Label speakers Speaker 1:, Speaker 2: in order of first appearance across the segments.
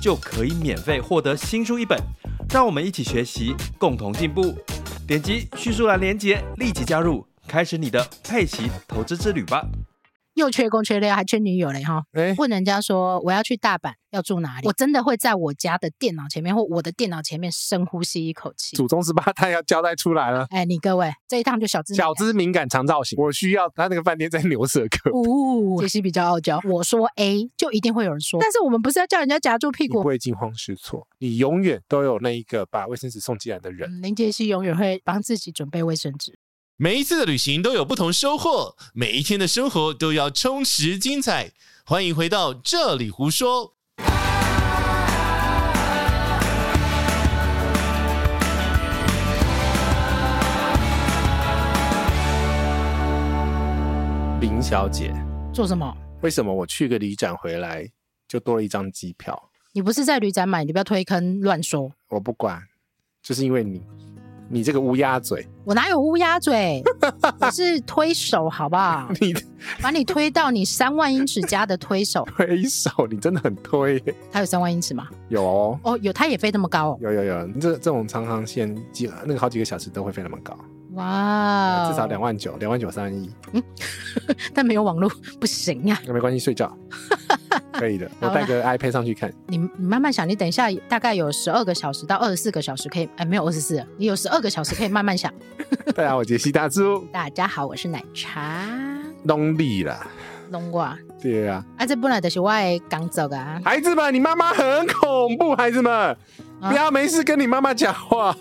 Speaker 1: 就可以免费获得新书一本。让我们一起学习，共同进步。点击叙述栏连接，立即加入，开始你的佩奇投资之旅吧。
Speaker 2: 又缺工缺料，还缺女友嘞哈！
Speaker 3: 哎、
Speaker 2: 问人家说我要去大阪，要住哪里？我真的会在我家的电脑前面或我的电脑前面深呼吸一口气。
Speaker 3: 祖宗十八代要交代出来了。
Speaker 2: 哎，你各位这一趟就小资女啊
Speaker 3: 小
Speaker 2: 孩
Speaker 3: 资敏感长造型，我需要他那个饭店在牛舌哥，
Speaker 2: 哦，杰西比较傲娇。我说 A 就一定会有人说，但是我们不是要叫人家夹住屁
Speaker 3: 你不
Speaker 2: 股。
Speaker 3: 会惊慌失措，你永远都有那一个把卫生纸送进来的人。
Speaker 2: 嗯林杰西永远会帮自己准备卫生纸。
Speaker 4: 每一次的旅行都有不同收获，每一天的生活都要充实精彩。欢迎回到这里胡说。
Speaker 3: 林小姐，
Speaker 2: 做什么？
Speaker 3: 为什么我去个旅展回来就多了一张机票？
Speaker 2: 你不是在旅展买，你不要推坑乱说。
Speaker 3: 我不管，就是因为你，你这个乌鸦嘴，
Speaker 2: 我哪有乌鸦嘴？我是推手，好不好？
Speaker 3: 你
Speaker 2: 把你推到你三万英尺加的推手，
Speaker 3: 推手，你真的很推耶。
Speaker 2: 他有三万英尺吗？
Speaker 3: 有哦，
Speaker 2: 哦，有，他也飞这么高哦。
Speaker 3: 有有有，这这种长航线几那个好几个小时都会飞那么高，
Speaker 2: 哇哦，
Speaker 3: 呃至少两万九、两万九、三万一，
Speaker 2: 但没有网络不行啊。
Speaker 3: 那没关系，睡 觉可以的。我
Speaker 2: 好
Speaker 3: 带个 iPad 上去看，
Speaker 2: 你你慢慢想，你等一下大概有十二个小时到二十四个小时可以，哎，没有二十四，你有十二个小时可以慢慢想。
Speaker 3: 大啊家好，我杰西大叔，
Speaker 2: 大家好，我是奶茶
Speaker 3: 农历啦，
Speaker 2: 龙瓜。
Speaker 3: 对啊，
Speaker 2: 啊，这本来就是我的工作啊，
Speaker 3: 孩子们，你妈妈很恐怖，孩子们，不要没事跟你妈妈讲话，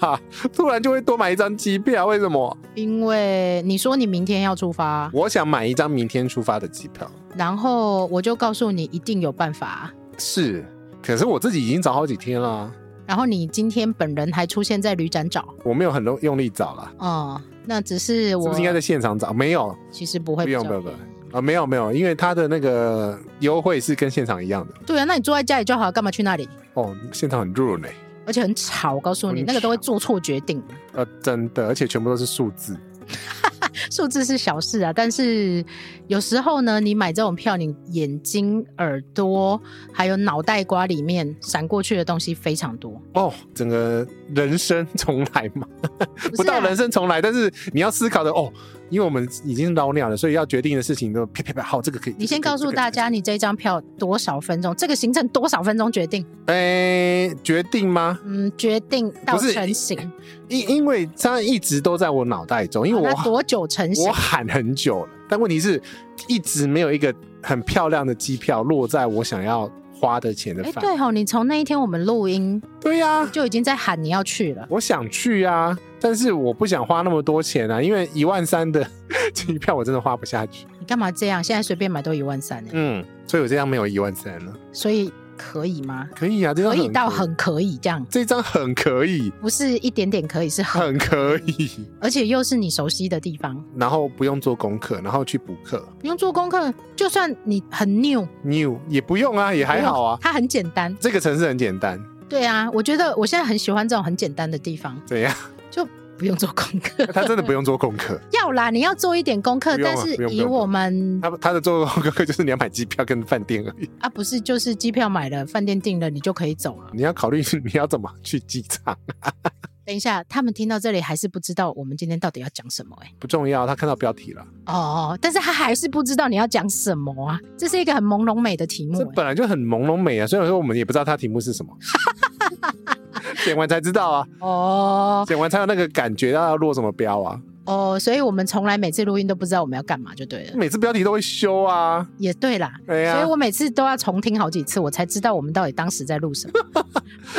Speaker 3: 突然就会多买一张机票，为什么？
Speaker 2: 因为你说你明天要出发，
Speaker 3: 我想买一张明天出发的机票，
Speaker 2: 然后我就告诉你一定有办法。啊
Speaker 3: 是，可是我自己已经找好几天了，啊
Speaker 2: 然后你今天本人还出现在旅展找，
Speaker 3: 我没有很用用力找了，
Speaker 2: 哦、那只是
Speaker 3: 是
Speaker 2: 我
Speaker 3: 不是应该在现场找？没有，
Speaker 2: 其实不会
Speaker 3: 不用
Speaker 2: 比
Speaker 3: 不
Speaker 2: 较
Speaker 3: 用不用。啊，没有没有，因为它的那个优惠是跟现场一样的
Speaker 2: 对啊，那你坐在家里就好，干嘛去那里？
Speaker 3: 哦，现场很热呢，
Speaker 2: 而且很吵，我告诉你，
Speaker 3: 很
Speaker 2: 那个都会
Speaker 3: 吵
Speaker 2: 做错决定。
Speaker 3: 呃，真的，而且全部都是数字，
Speaker 2: 数字是小事啊，但是有时候呢，你买这种票，你眼睛、耳朵还有脑袋瓜里面闪过去的东西非常 多。
Speaker 3: 哦，整个人生 重来嘛，
Speaker 2: 不
Speaker 3: 不
Speaker 2: 是啊
Speaker 3: 到人生重来，但是你要思考的哦，因为我们已经老鸟了，所以要决定的事情都啪啪啪，好，这个可以。
Speaker 2: 你先
Speaker 3: 这个
Speaker 2: 告
Speaker 3: 可以
Speaker 2: 诉大，家，你这一张票多少分钟？这个行程多少分钟决定？
Speaker 3: 哎、决定吗？
Speaker 2: 嗯，决定到
Speaker 3: 不是
Speaker 2: 成型，
Speaker 3: 因因为它一直都在我脑袋中，因为
Speaker 2: 那
Speaker 3: 我
Speaker 2: 多久成型
Speaker 3: 我？喊很久了，但问题是，一直没有一个很漂亮的机票落在我想要花的钱的
Speaker 2: 哎，
Speaker 3: 范。
Speaker 2: 对哦，你从那一天我们录音
Speaker 3: 对呀、
Speaker 2: 就已经在喊你要去了。
Speaker 3: 我想去啊，但是我不想花那么多钱啊，因为一万三的 机票我真的花不下去。
Speaker 2: 你干嘛这样？现在随便买都一万三呢，
Speaker 3: 嗯，所以我这样没有一万三了。
Speaker 2: 所以可以吗？
Speaker 3: 可以啊，这张
Speaker 2: 可以到
Speaker 3: 可
Speaker 2: 很可以这样，
Speaker 3: 这张很可以，
Speaker 2: 不是一点点可以，是很，
Speaker 3: 很可以。
Speaker 2: 而且又是你熟悉的地方，
Speaker 3: 然后不用做功课，然后去补课
Speaker 2: 不用做功课。就算你很 new，
Speaker 3: ，new 也不用啊，也还好啊。
Speaker 2: 它很简单。
Speaker 3: 这个城市很简单，
Speaker 2: 对啊，我觉得我现在很喜欢这种很简单的地方，
Speaker 3: 怎样？
Speaker 2: 不用做功课。
Speaker 3: 他真的不用做功课，
Speaker 2: 要啦，你要做一点功课，
Speaker 3: 不用啊
Speaker 2: 但是
Speaker 3: 不用
Speaker 2: 以
Speaker 3: 不用
Speaker 2: 我们
Speaker 3: 他他的做功课就是你要买机票跟饭店而 已。
Speaker 2: 啊，不是就是机票买了，饭店订了，你就可以走了。
Speaker 3: 你要考虑你要怎么去机场，
Speaker 2: 等一下，他们听到这里还是不知道我们今天到底要讲什么哎、
Speaker 3: 不重要。他看到标题了，
Speaker 2: 哦，但是他还是不知道你要讲什么啊，这是一个很朦胧美的题目、
Speaker 3: 这
Speaker 2: 哎
Speaker 3: 本来就很朦胧美啊。虽然说我们也不知道它题目是什 么，剪完才知道啊，
Speaker 2: 哦
Speaker 3: 剪完才有那个感觉要落什么标啊。
Speaker 2: 哦，所以我们从来每次录音都不知道我们要干嘛就对了，
Speaker 3: 每次标题都会修啊，
Speaker 2: 也对啦。
Speaker 3: 哎嗯呀、
Speaker 2: 所以我每次都要重听好几次，我才知道我们到底当时在录什么。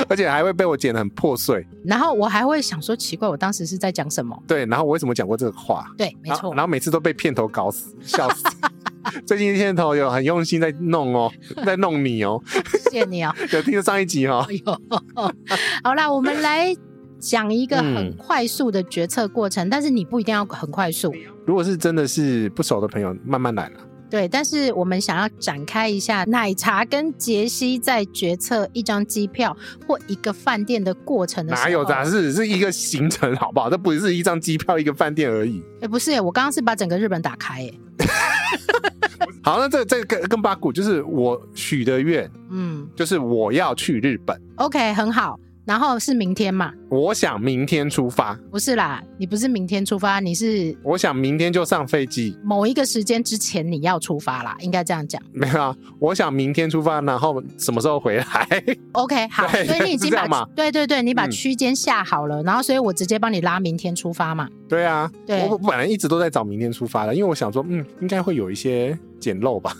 Speaker 3: 而且还会被我剪得很破碎。
Speaker 2: 然后我还会想说，奇怪，我当时是在讲什么？
Speaker 3: 对，然后我为什么讲过这个话？
Speaker 2: 对，没
Speaker 3: 然后
Speaker 2: 错
Speaker 3: 然。后每次都被片头搞死，笑死。最近天头有很用心在弄哦，在弄你哦，
Speaker 2: 谢谢你哦。
Speaker 3: 有听上一集哦，
Speaker 2: 哎呦，好啦，我们来讲一
Speaker 3: 嗯
Speaker 2: 个很快速的决策过程，但是你不一定要很快速，
Speaker 3: 如果是真的是不熟的朋友，慢慢来啦。
Speaker 2: 对。但是我们想要展开一下奶茶跟杰西在决策一张机票或一个饭店的过程的时候，啊
Speaker 3: 哪有杂事？是一个行程， 好不好？这不是一张机票、一个饭店而已。
Speaker 2: 哎、不是耶，我刚刚是把整个日本打开耶，
Speaker 3: 好，那这这跟跟八股就是我许的愿，
Speaker 2: 嗯
Speaker 3: 就是我要去日本，
Speaker 2: ，OK，很好。然后是明天嘛？
Speaker 3: 我想明天出发，
Speaker 2: 不是啦，你不是明天出发，你是
Speaker 3: 我想明天就上飞机，
Speaker 2: 某一个时间之前你要出发啦，应该这样讲。
Speaker 3: 没有啊？我想明天出发，然后什么时候回来？
Speaker 2: OK，好，
Speaker 3: 对
Speaker 2: 所以你已
Speaker 3: 是
Speaker 2: 经
Speaker 3: 这
Speaker 2: 把
Speaker 3: 样嘛
Speaker 2: 对对对，你把
Speaker 3: 嗯
Speaker 2: 区间下好了，然后所以我直接帮你拉明天出发嘛。
Speaker 3: 对啊，
Speaker 2: 对
Speaker 3: 我我本来一直都在找明天出发的，因为我想说，嗯，应该会有一些简陋吧。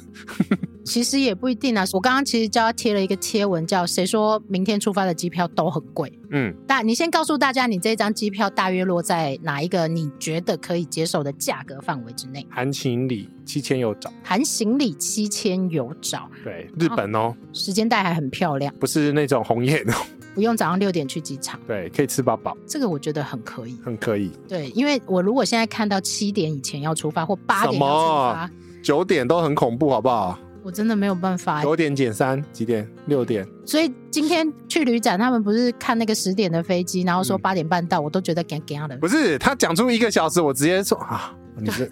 Speaker 2: 其实也不一定啊，我刚刚其实就要贴了一个贴文，叫“谁说明天出发的机票都很贵
Speaker 3: 嗯，”。
Speaker 2: 但你先告诉大家，你这张机票大约落在哪一个你觉得可以接受的价格范围之内？
Speaker 3: 含情里七千有找，
Speaker 2: 含行李七千有找，
Speaker 3: 对，日本哦，
Speaker 2: 时间带还很漂亮，
Speaker 3: 不是那种红眼哦，
Speaker 2: 不用早上六点去机场，
Speaker 3: 对，可以吃饱饱，
Speaker 2: 这个我觉得很可以。
Speaker 3: 很可以，
Speaker 2: 对，因为我如果现在看到七点以前要出发或八点要出发，
Speaker 3: 九点都很恐怖，好不好？
Speaker 2: 我真的没有办法欸、
Speaker 3: 九点减三几点？六点，
Speaker 2: 所以今天去旅展，他们不是看那个十点的飞机，然后说
Speaker 3: 嗯
Speaker 2: 八点半到，我都觉得干干的。
Speaker 3: 不是他讲出一个小时，我直接说啊，你是，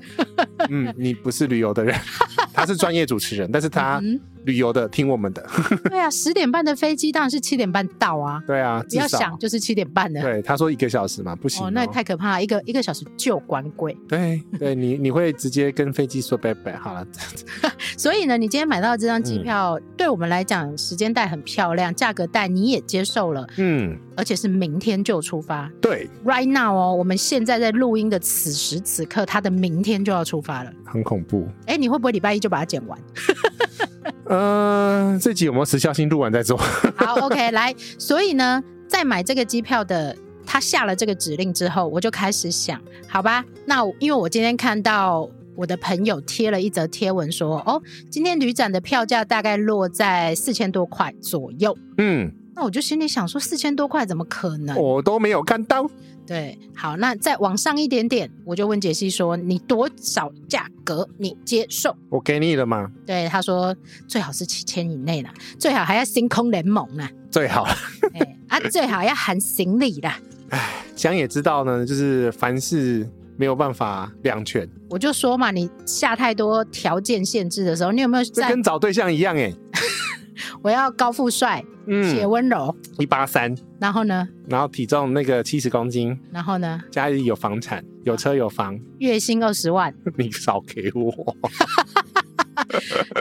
Speaker 3: 嗯，你不是旅游的人，他是专业主持人，但是他
Speaker 2: 嗯，
Speaker 3: 旅游的听我们的，
Speaker 2: 对啊，十点半的飞机当然是七点半到啊，
Speaker 3: 对啊，
Speaker 2: 不
Speaker 3: 至
Speaker 2: 要想
Speaker 3: 少。
Speaker 2: 就是七点半的。
Speaker 3: 对，他说一个小时嘛，不行、
Speaker 2: 哦，那也太可怕了，一个一个小时就关柜。
Speaker 3: 对对，你你会直接跟飞机说拜拜。好了，
Speaker 2: 所以呢，你今天买到这张
Speaker 3: 嗯
Speaker 2: 机票，对我们来讲，时间带很漂亮，价格带你也接受了，
Speaker 3: 嗯，
Speaker 2: 而且是明天就出发
Speaker 3: 对，
Speaker 2: ，right now 哦，我们现在在录音的此时此刻，它的明天就要出发了。
Speaker 3: 很恐怖。
Speaker 2: 哎，你会不会礼拜一就把它剪完？
Speaker 3: 嗯、这集有没有时效性？录完再做。
Speaker 2: 好，OK，来，所以呢，在买这个机票的他下了这个指令之后，我就开始想，好吧，那我因为我今天看到我的朋友贴了一则贴文说，哦，今天旅展的票价大概落在四千多块左右。
Speaker 3: 嗯，
Speaker 2: 那我就心里想说，四千多块怎么可能？
Speaker 3: 我都没有看到。
Speaker 2: 对，好，那再往上一点点，我就问杰西说，你多少价格你接受？
Speaker 3: 我给你了嘛，
Speaker 2: 对，他说最好是七千以内啦，最好还要星空联盟啦，
Speaker 3: 最好了。
Speaker 2: 哎，啊，最好要含行李啦。
Speaker 3: 想也知道呢，就是凡事没有办法两全，
Speaker 2: 我就说嘛，你下太多条件限制的时候，你有没有
Speaker 3: 这
Speaker 2: 在？
Speaker 3: 跟找对象一样哎、
Speaker 2: 我要高富帅且
Speaker 3: 嗯，
Speaker 2: 温柔，
Speaker 3: 一八三，
Speaker 2: 然后呢，
Speaker 3: 然后体重那个七十公斤，
Speaker 2: 然后呢，
Speaker 3: 家里有房产，有车有房，
Speaker 2: 月薪二十万，
Speaker 3: 你少给我。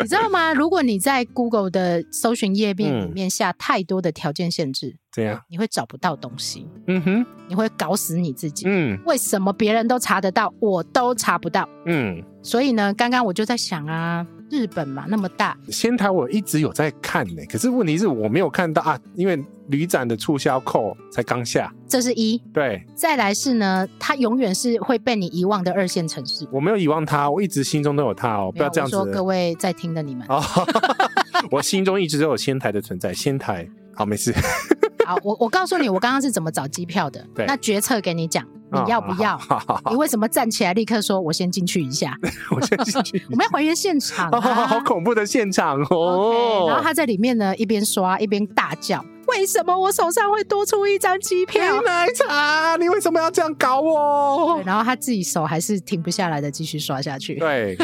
Speaker 2: 你知道吗？如果你在 Google 的搜寻页面里
Speaker 3: 嗯
Speaker 2: 面下太多的条件限制，
Speaker 3: 这样，
Speaker 2: 你会找不到东西，
Speaker 3: 嗯哼，
Speaker 2: 你会搞死你自己。
Speaker 3: 嗯
Speaker 2: 为什么别人都查得到，我都查不到？
Speaker 3: 嗯。
Speaker 2: 所以呢，刚刚我就在想啊，日本嘛那么大，
Speaker 3: 仙台我一直有在看呢、可是问题是我没有看到啊，因为旅展的促销扣才刚下，
Speaker 2: 这是一。
Speaker 3: 对
Speaker 2: 再来是呢，它永远是会被你遗忘的二线城市。
Speaker 3: 我没有遗忘它，我一直心中都有它哦哦，不要这样子
Speaker 2: 没有我说各位在听的你们，
Speaker 3: 哦， 我心中一直都有仙台的存在，仙台好没事，
Speaker 2: 好，我我告诉你，我刚刚是怎么找机票的。
Speaker 3: 对嗯
Speaker 2: 那决策给你讲，你要不要？
Speaker 3: 好好好好
Speaker 2: 你为什么站起来立刻说“我先进去一下。
Speaker 3: 我先进去”？
Speaker 2: 我们要还原现场、
Speaker 3: 哦，
Speaker 2: 啊，
Speaker 3: 好恐怖的现场
Speaker 2: OK，然后
Speaker 3: 哦！
Speaker 2: 他在里面呢，一边刷一边大叫：“为什么我手上会多出一张机票
Speaker 3: 黑哎奶茶，你为什么要这样搞？”
Speaker 2: 对
Speaker 3: 我？
Speaker 2: 然后他自己手还是停不下来的，继续刷下去。
Speaker 3: 对，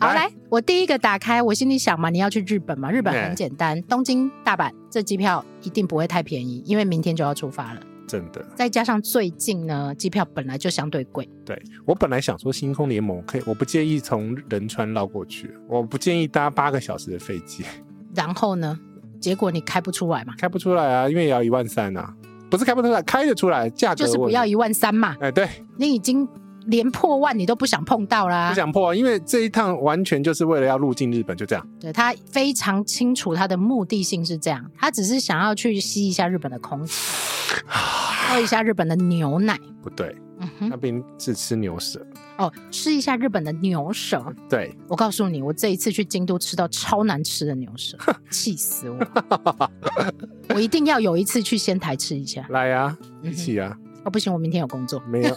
Speaker 2: 好，
Speaker 3: 来
Speaker 2: 来，我第一个打开，我心里想嘛，你要去日本嘛，日本很
Speaker 3: 对
Speaker 2: 简单，东京、大阪这机票一定不会太便宜，因为明天就要出发了。
Speaker 3: 真的，
Speaker 2: 再加上最近呢，机票本来就相对贵，
Speaker 3: 对我本来想说星空联盟可以，我不介意从仁川绕过去，我不建议搭八个小时的飞机。
Speaker 2: 然后呢，结果你开不出来嘛，
Speaker 3: 开不出来啊，因为也要一万三啊，不是开不出来，开得出来，价格
Speaker 2: 就是不
Speaker 3: 问题
Speaker 2: 要。一万三嘛，
Speaker 3: 哎，对，
Speaker 2: 你已经连破万你都不想碰到啦
Speaker 3: 不。想破，因为这一趟完全就是为了要入境日本，就这样。
Speaker 2: 对他非常清楚他的目的性是这样，他只是想要去吸一下日本的空 气，喝一下日本的牛奶。
Speaker 3: 不对，
Speaker 2: 嗯
Speaker 3: 那
Speaker 2: 哼，
Speaker 3: 边是吃牛舌，
Speaker 2: 哦，吃一下日本的牛舌。
Speaker 3: 对，
Speaker 2: 我告诉你，我这一次去京都吃到超难吃的牛舌，气死我！我一定要有一次去仙台吃一 下。
Speaker 3: 来呀、啊，
Speaker 2: 嗯
Speaker 3: 一
Speaker 2: 哼
Speaker 3: 起啊，
Speaker 2: 哦，不行，我明天有工作。
Speaker 3: 没有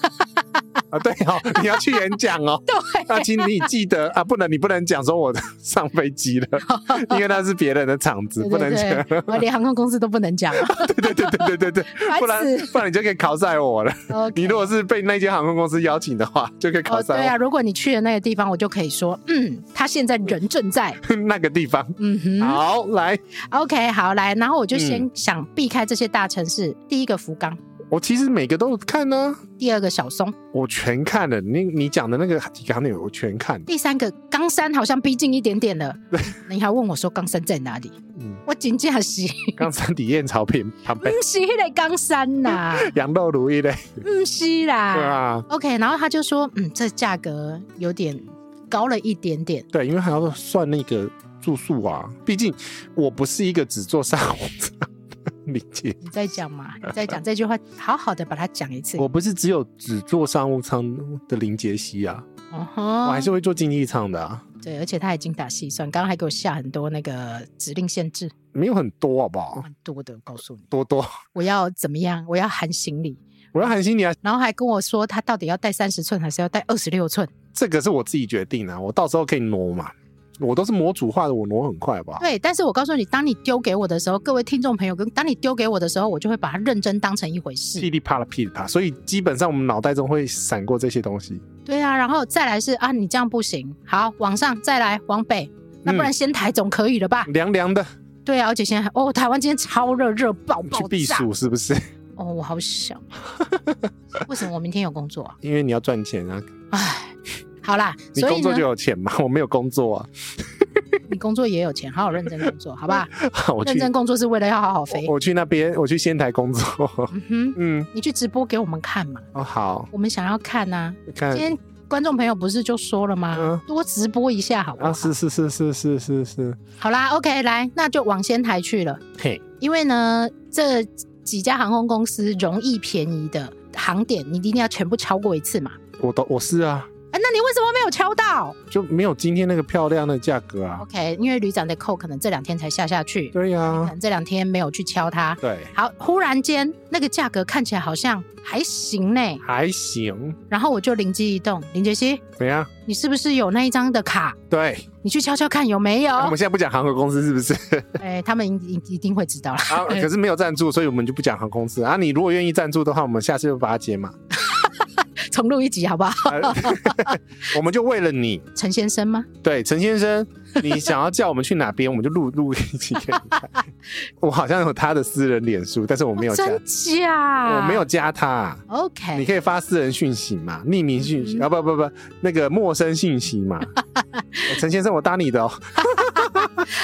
Speaker 3: 啊，对哦，你要去演讲哦，
Speaker 2: 对，
Speaker 3: 那请你记得啊，不能你不能讲说我上飞机 了，因为那是别人的场子，
Speaker 2: 对
Speaker 3: 不能
Speaker 2: 对
Speaker 3: 讲，
Speaker 2: 对，我连航空公司都不能 讲，
Speaker 3: 对对对对 对对，不
Speaker 2: 烦
Speaker 3: 然
Speaker 2: 死。
Speaker 3: 不然你就可以考晒我了。
Speaker 2: OK
Speaker 3: 你如果是被那间航空公司邀请的话，就可以考
Speaker 2: 哦，
Speaker 3: 晒
Speaker 2: 对啊，
Speaker 3: 我、
Speaker 2: 如果你去的那个地方，我就可以说，嗯，他现在人正在，
Speaker 3: 那个地方。
Speaker 2: 嗯哼
Speaker 3: 好，嗯来，
Speaker 2: ，OK，好来，然后我就先想避开这些大城市，第一个福冈，
Speaker 3: 我其实每个都有看呢、
Speaker 2: 第二个小松，
Speaker 3: 我全看了。你你讲的那个几个航点我全看。
Speaker 2: 第三个冈山，好像逼近一点点 了。你还问我说冈山在哪里？
Speaker 3: 嗯，
Speaker 2: 我真正是，不
Speaker 3: 刚山体验草坪 旁边
Speaker 2: 是那个冈山 呐，
Speaker 3: 羊肉如意嘞，
Speaker 2: 不是啦。
Speaker 3: 对啊，
Speaker 2: OK，然后他就说，嗯，这价格有点高了一点点。
Speaker 3: 对，因为还要算那个住宿啊，毕竟我不是一个只做沙红的 理解。
Speaker 2: 你再讲 嘛，你再讲这句话，好好的把它讲一次。
Speaker 3: 我不是只有只做商务舱的林杰西啊，
Speaker 2: 哦吼
Speaker 3: 我还是会做经济舱的啊，
Speaker 2: 对，而且他还精打细算，刚刚还给我下很多那个指令限制，
Speaker 3: 没有很多好不好？
Speaker 2: 蛮多的。我告诉你，
Speaker 3: 多多，
Speaker 2: 我要怎么样？我要含行李，
Speaker 3: 我要韩心你啊，
Speaker 2: 然后还跟我说他到底要带三十寸还是要带二十六 寸？
Speaker 3: 这个是我自己决定的、啊，我到时候可以挪嘛，我都是模组化的，我挪很快好不好？
Speaker 2: 对，但是我告诉你，当你丢给我的时候，各位听众朋友，跟当你丢给我的时候，我就会把它认真当成一回
Speaker 3: 噼
Speaker 2: 事。
Speaker 3: 里啪啦噼里啪啦，所以基本上我们脑袋中会闪过这些东西。
Speaker 2: 对啊，然后再来是啊，你这样不行，好，往上再来，往北，那不
Speaker 3: 嗯
Speaker 2: 然仙台总可以了吧？
Speaker 3: 凉凉的，
Speaker 2: 对啊，而且现在哦，台湾今天超热，热爆
Speaker 3: 去
Speaker 2: 爆
Speaker 3: 避
Speaker 2: 炸。
Speaker 3: 暑是不是？
Speaker 2: 哦，我好想， 为什么我明天有工作啊？
Speaker 3: 因为你要赚钱啊，
Speaker 2: 唉，好啦，
Speaker 3: 你
Speaker 2: 所以
Speaker 3: 工作
Speaker 2: 呢
Speaker 3: 就，有钱嘛，我没有工作啊，
Speaker 2: 你工作也有钱，好好认真工作，好吧？
Speaker 3: 我
Speaker 2: 认
Speaker 3: 去
Speaker 2: 真工作是为了要好好飞
Speaker 3: 我。我去那边，我去仙台工作。
Speaker 2: 嗯哼，
Speaker 3: 嗯，
Speaker 2: 你去直播给我们看嘛，
Speaker 3: 哦好，
Speaker 2: 我们想要看呐、
Speaker 3: 看
Speaker 2: 今天观众朋友不是就说了吗？
Speaker 3: 嗯
Speaker 2: 多直播一下好不好？
Speaker 3: 啊，是是是是是是是，
Speaker 2: 好啦，OK，来，那就往仙台去了，
Speaker 3: 嘿，
Speaker 2: 因为呢，这几家航空公司容易便宜的航点，你一定要全部敲过一次嘛。
Speaker 3: 我都我是啊，
Speaker 2: 啊，那你为什么没有敲到
Speaker 3: 就没有今天那个漂亮的价格啊。
Speaker 2: ？OK，因为旅长的扣可能这两天才下下去，
Speaker 3: 对呀、
Speaker 2: 可能这两天没有去敲它。
Speaker 3: 对，
Speaker 2: 好，忽然间那个价格看起来好像还行呢，
Speaker 3: 还行，
Speaker 2: 然后我就灵机一动，林杰西，
Speaker 3: 怎样？
Speaker 2: 你是不是有那一张的卡？
Speaker 3: 对，
Speaker 2: 你去敲敲看有没有
Speaker 3: 我？们现在不讲航空公司是 不是？
Speaker 2: 哎、他们一定一定会知道啦。
Speaker 3: 啊，可是没有赞助，所以我们就不讲航空公司啊。你如果愿意赞助的话，我们下次就把它 解码。
Speaker 2: 重录一集好不好？
Speaker 3: 啊我们就为了你，
Speaker 2: 陈先生吗？
Speaker 3: 对陈先生，你想要叫我们去哪边，我们就录录一起给你 看。我好像有他的私人脸书，但是我没有
Speaker 2: 哦
Speaker 3: 加，
Speaker 2: 真啊假？
Speaker 3: 我没有。加他。啊你
Speaker 2: OK，
Speaker 3: 可以发私人讯息嘛，匿名讯息、
Speaker 2: 哎嗯
Speaker 3: 啊，不不不，那个陌生讯息嘛。 哎陈、先生，我搭你的哦。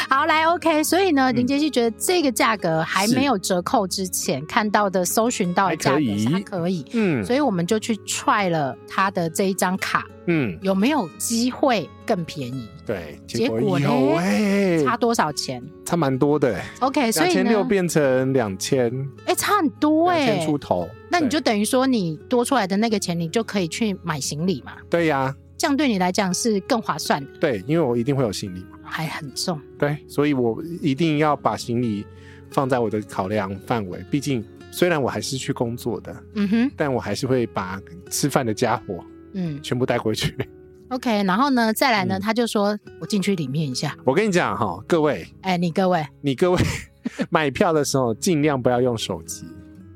Speaker 2: 好来 OK，所以呢，
Speaker 3: 嗯
Speaker 2: 林杰希觉得这个价格还
Speaker 3: 是
Speaker 2: 没有折扣之前看到的搜寻到的价格
Speaker 3: 还可以
Speaker 2: 是它可以，
Speaker 3: 嗯
Speaker 2: 所以我们就去踹了他的这一张卡，
Speaker 3: 嗯，
Speaker 2: 有没有机会更便宜？
Speaker 3: 对，
Speaker 2: 结
Speaker 3: 结
Speaker 2: 果
Speaker 3: 果
Speaker 2: 嘞
Speaker 3: 有哎、
Speaker 2: 差多少钱
Speaker 3: 差蛮多的、
Speaker 2: ？OK，所
Speaker 3: 两
Speaker 2: 以呢
Speaker 3: 千，六变成两千，
Speaker 2: 哎、差很多
Speaker 3: 两
Speaker 2: 哎、
Speaker 3: 千出头。
Speaker 2: 那你
Speaker 3: 对
Speaker 2: 就等于说你多出来的那个钱，你就可以去买行李嘛，
Speaker 3: 对呀、
Speaker 2: 这样对你来讲是更划算的，
Speaker 3: 对，因为我一定会有行李嘛，
Speaker 2: 还很重。
Speaker 3: 对，所以我一定要把行李放在我的考量范围。毕竟虽然我还是去工作的，
Speaker 2: 嗯哼，
Speaker 3: 但我还是会把吃饭的家伙
Speaker 2: 嗯
Speaker 3: 全部带回去。
Speaker 2: ，OK，然后呢，再来呢，
Speaker 3: 嗯
Speaker 2: 他就说我进去里面一下，
Speaker 3: 我跟你讲哈，各位，
Speaker 2: 哎、你各位，
Speaker 3: 你各位 买票的时候尽量不要用手机，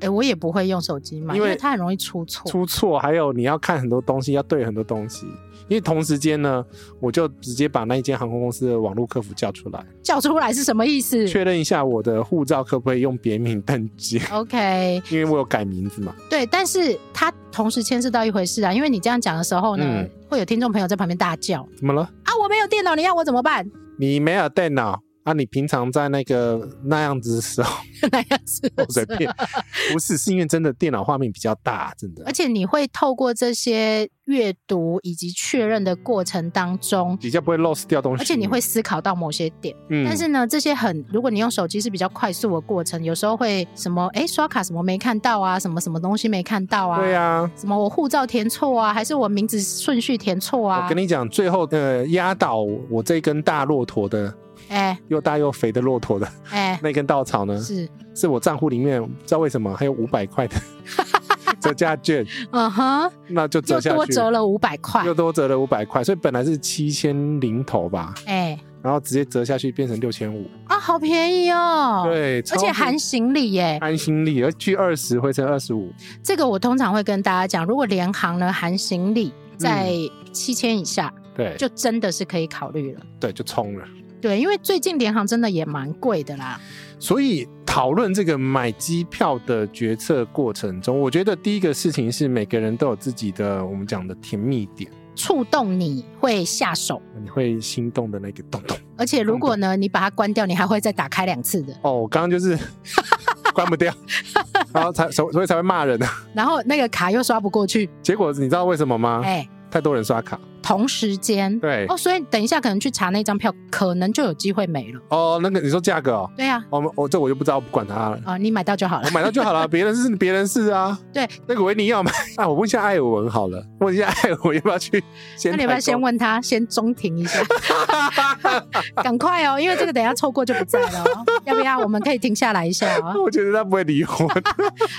Speaker 2: 哎、我也不会用手机嘛，因
Speaker 3: 因为
Speaker 2: 为它很容易出错。
Speaker 3: 出错，还有你要看很多东西，要对很多东西。因为同时间呢，我就直接把那一间航空公司的网络客服叫出来，
Speaker 2: 叫出来是什么意思
Speaker 3: 确认一下我的护照可不可以用别名登记，
Speaker 2: ？OK，
Speaker 3: 因为我有改名字嘛。
Speaker 2: 对，但是它同时牵涉到一回事啊，因为你这样讲的时候呢，
Speaker 3: 嗯
Speaker 2: 会有听众朋友在旁边大叫
Speaker 3: 怎么了？
Speaker 2: 啊，我没有电脑，你要我怎么办？
Speaker 3: 你没有电脑，啊，你平常在那个那样子的时候
Speaker 2: 那样子。
Speaker 3: 随 便，不是是因为真的电脑画面比较大，真的
Speaker 2: 而且你会透过这些阅读以及确认的过程当中，
Speaker 3: 比较不会 lost 掉东西，
Speaker 2: 而且你会思考到某些点。
Speaker 3: 嗯，
Speaker 2: 但是呢，这些很，如果你用手机是比较快速的过程，有时候会什么，哎，刷卡什么没看到啊，什么什么东西没看到啊，
Speaker 3: 对啊，
Speaker 2: 什么我护照填错啊，还是我名字顺序填错啊
Speaker 3: 我跟？你讲，最后呃压倒我这根大骆驼的
Speaker 2: 哎
Speaker 3: 又大又肥的骆驼的
Speaker 2: 哎，
Speaker 3: 那根稻草呢，
Speaker 2: 是，
Speaker 3: 是我账户里面不知道为什么还有五百块的 折价券，
Speaker 2: 嗯哼，
Speaker 3: 那就折
Speaker 2: 又
Speaker 3: 下
Speaker 2: 多
Speaker 3: 去，
Speaker 2: 折了五百块
Speaker 3: 又，多折了五百块，所以本来是七千零头吧，
Speaker 2: 哎
Speaker 3: 然后直接折下去变成六千五，
Speaker 2: 啊，好便宜哦，，
Speaker 3: 对，
Speaker 2: 而且
Speaker 3: 超
Speaker 2: 含行李耶，
Speaker 3: 安心力，而去二十回成二十五，
Speaker 2: 这个我通常会跟大家讲，如果联航呢含行李在七千以下，
Speaker 3: 嗯对，
Speaker 2: 就真的是可以考虑了。
Speaker 3: 对就冲了。
Speaker 2: 对，因为最近联航真的也蛮贵的啦。
Speaker 3: 所以讨论这个买机票的决策过程中，我觉得第一个事情是每个人都有自己的我们讲的甜蜜点，
Speaker 2: 触动你会下手，
Speaker 3: 你会心动的那个洞洞。
Speaker 2: 而且如果呢你把它关掉，你还会再打开两次的。
Speaker 3: 哦，我刚刚就是 关不 掉，然后才所所以才会骂人啊。
Speaker 2: 然后那个卡又刷不过去，
Speaker 3: 结果你知道为什么吗？
Speaker 2: 哎，
Speaker 3: 太多人刷卡。
Speaker 2: 同时间。
Speaker 3: 对，
Speaker 2: 哦，所以等一下可能去查那张票，可能就有机会没了。
Speaker 3: 哦，那个你说价格哦，
Speaker 2: 对啊，
Speaker 3: 我们我这我就不知道，不管它了。
Speaker 2: 啊、你买到就好了
Speaker 3: 我。买到就好 了，别人是别人是啊。
Speaker 2: 对，
Speaker 3: 那个维尼要买 啊，我问一下艾尔文好了，问一下艾尔文要不要去先
Speaker 2: 那
Speaker 3: 代购？
Speaker 2: 你要不要先问他，先中停一 下， 赶快哦，因为这个等一下错过就不在了、哦，要不要？我们可以停下来一下哦。
Speaker 3: 我觉得他不会理我。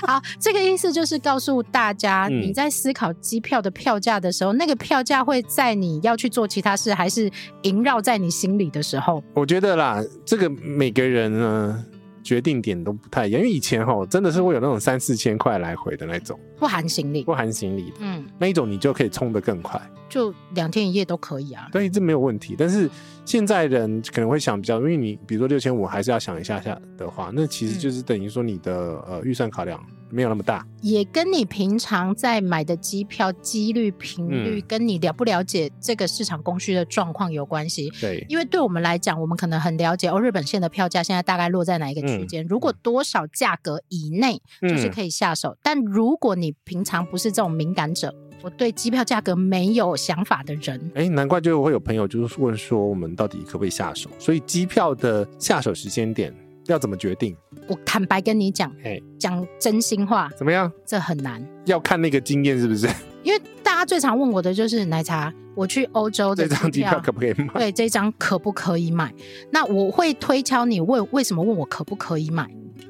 Speaker 2: 好，这个意思就是告诉大家，
Speaker 3: 嗯
Speaker 2: 你在思考机票的票价的时候，那个票价会在你要去做其他事，还是萦绕在你心里的时候，
Speaker 3: 我觉得啦，这个每个人呢决定点都不太一样，因为以前哈真的是会有那种三四千块来回的那种，
Speaker 2: 不含行李
Speaker 3: 不，含行李的
Speaker 2: 嗯，
Speaker 3: 那一种，你就可以冲得更快，
Speaker 2: 就两天一夜都可以啊。
Speaker 3: 对，这没有问题。但是现在人可能会想比较，因为你比如说六千五，还是要想一下下的话，那其实就是等于说你的呃预算考量没有那么大，
Speaker 2: 也跟你平常在买的机票几率、频率，
Speaker 3: 嗯
Speaker 2: 跟你了不了解这个市场供需的状况有关系。
Speaker 3: 对，
Speaker 2: 因为对我们来讲，我们可能很了解哦，日本线的票价现在大概落在哪一个
Speaker 3: 嗯
Speaker 2: 区间？如果多少价格以内，就是可以下手。但如果你平常不是这种敏感者，我对机票价格没有想法的人，
Speaker 3: 哎，难怪就会有朋友就是问说，我们到底可不可以下手？所以机票的下手时间点要怎么决定？
Speaker 2: 我坦白跟你讲
Speaker 3: 嘿，
Speaker 2: 讲真心话，
Speaker 3: 怎么样？
Speaker 2: 这很难。
Speaker 3: 要看那个经验是不是？
Speaker 2: 因为大家最常问我的就是奶茶，我去欧洲
Speaker 3: 这
Speaker 2: 的
Speaker 3: 张
Speaker 2: 机
Speaker 3: 机票
Speaker 2: 票。
Speaker 3: 可不可以买？
Speaker 2: 对这张可不可以买？那我会推敲你问为什么问我可不可以买？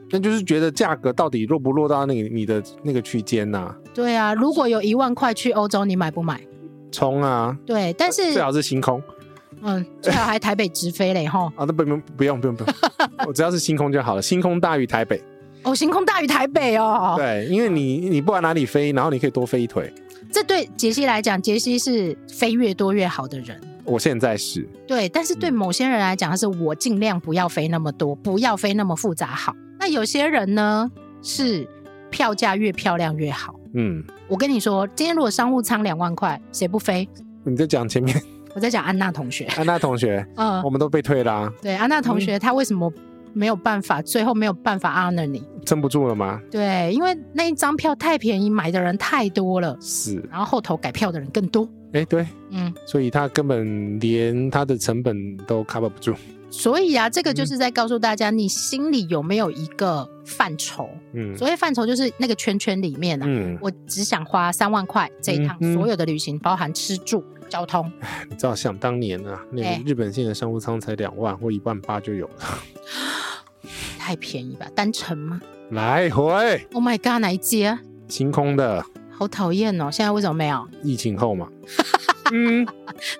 Speaker 3: 那就是觉得价格到底落不落到那个你的那个区间呐、
Speaker 2: 对啊，如果有一万块去欧洲，你买不买？
Speaker 3: 冲啊，
Speaker 2: 对，但是
Speaker 3: 最好是星空
Speaker 2: 嗯，最好还台北直飞嘞吼！
Speaker 3: 啊，那不不不用不用不 用，我只要是星空就好了，星空大于台北。
Speaker 2: 哦，星空大于台北哦。
Speaker 3: 对，因为你你不管哪里飞，然后你可以多飞一腿。
Speaker 2: 这对杰西来讲，杰西是飞越多越好的人。
Speaker 3: 我现在是，
Speaker 2: 对，但是对
Speaker 3: 嗯
Speaker 2: 某些人来讲，他是我尽量不要飞那么多，不要飞那么复杂好。那有些人呢，是票价越漂亮越好。
Speaker 3: 嗯，
Speaker 2: 我跟你说，今天如果商务舱两万块，谁不飞？
Speaker 3: 你在讲前面
Speaker 2: 我在讲安娜同学，
Speaker 3: 安娜 同学，
Speaker 2: 嗯，
Speaker 3: 我们都被退啦、
Speaker 2: 对，安娜
Speaker 3: 嗯
Speaker 2: 同学她为什么没有办法，最后没有办法 honor 你？
Speaker 3: 撑不住了吗？
Speaker 2: 对，因为那一张票太便宜，买的人太多了，
Speaker 3: 是，
Speaker 2: 然后后头改票的人更多。
Speaker 3: 哎、对，
Speaker 2: 嗯，
Speaker 3: 所以他根本连他的成本都 cover 不住。
Speaker 2: 所以啊，这个
Speaker 3: 嗯
Speaker 2: 就是在告诉大家，你心里有没有一个范畴？
Speaker 3: 嗯
Speaker 2: 所谓范畴，就是那个圈圈里面啊。
Speaker 3: 嗯，
Speaker 2: 我只想花三万块这一趟
Speaker 3: 嗯嗯
Speaker 2: 所有的旅行，包含吃住、交 通。
Speaker 3: 你知道想当年啊，那
Speaker 2: 哎
Speaker 3: 个日本线的商务舱才两万或一万八就有了，
Speaker 2: 太便宜吧？单程吗
Speaker 3: 来回
Speaker 2: ？Oh my god，哪一节？
Speaker 3: 星空的
Speaker 2: 好讨厌哦！现在为什么没有？
Speaker 3: 疫情 后嘛。嗯，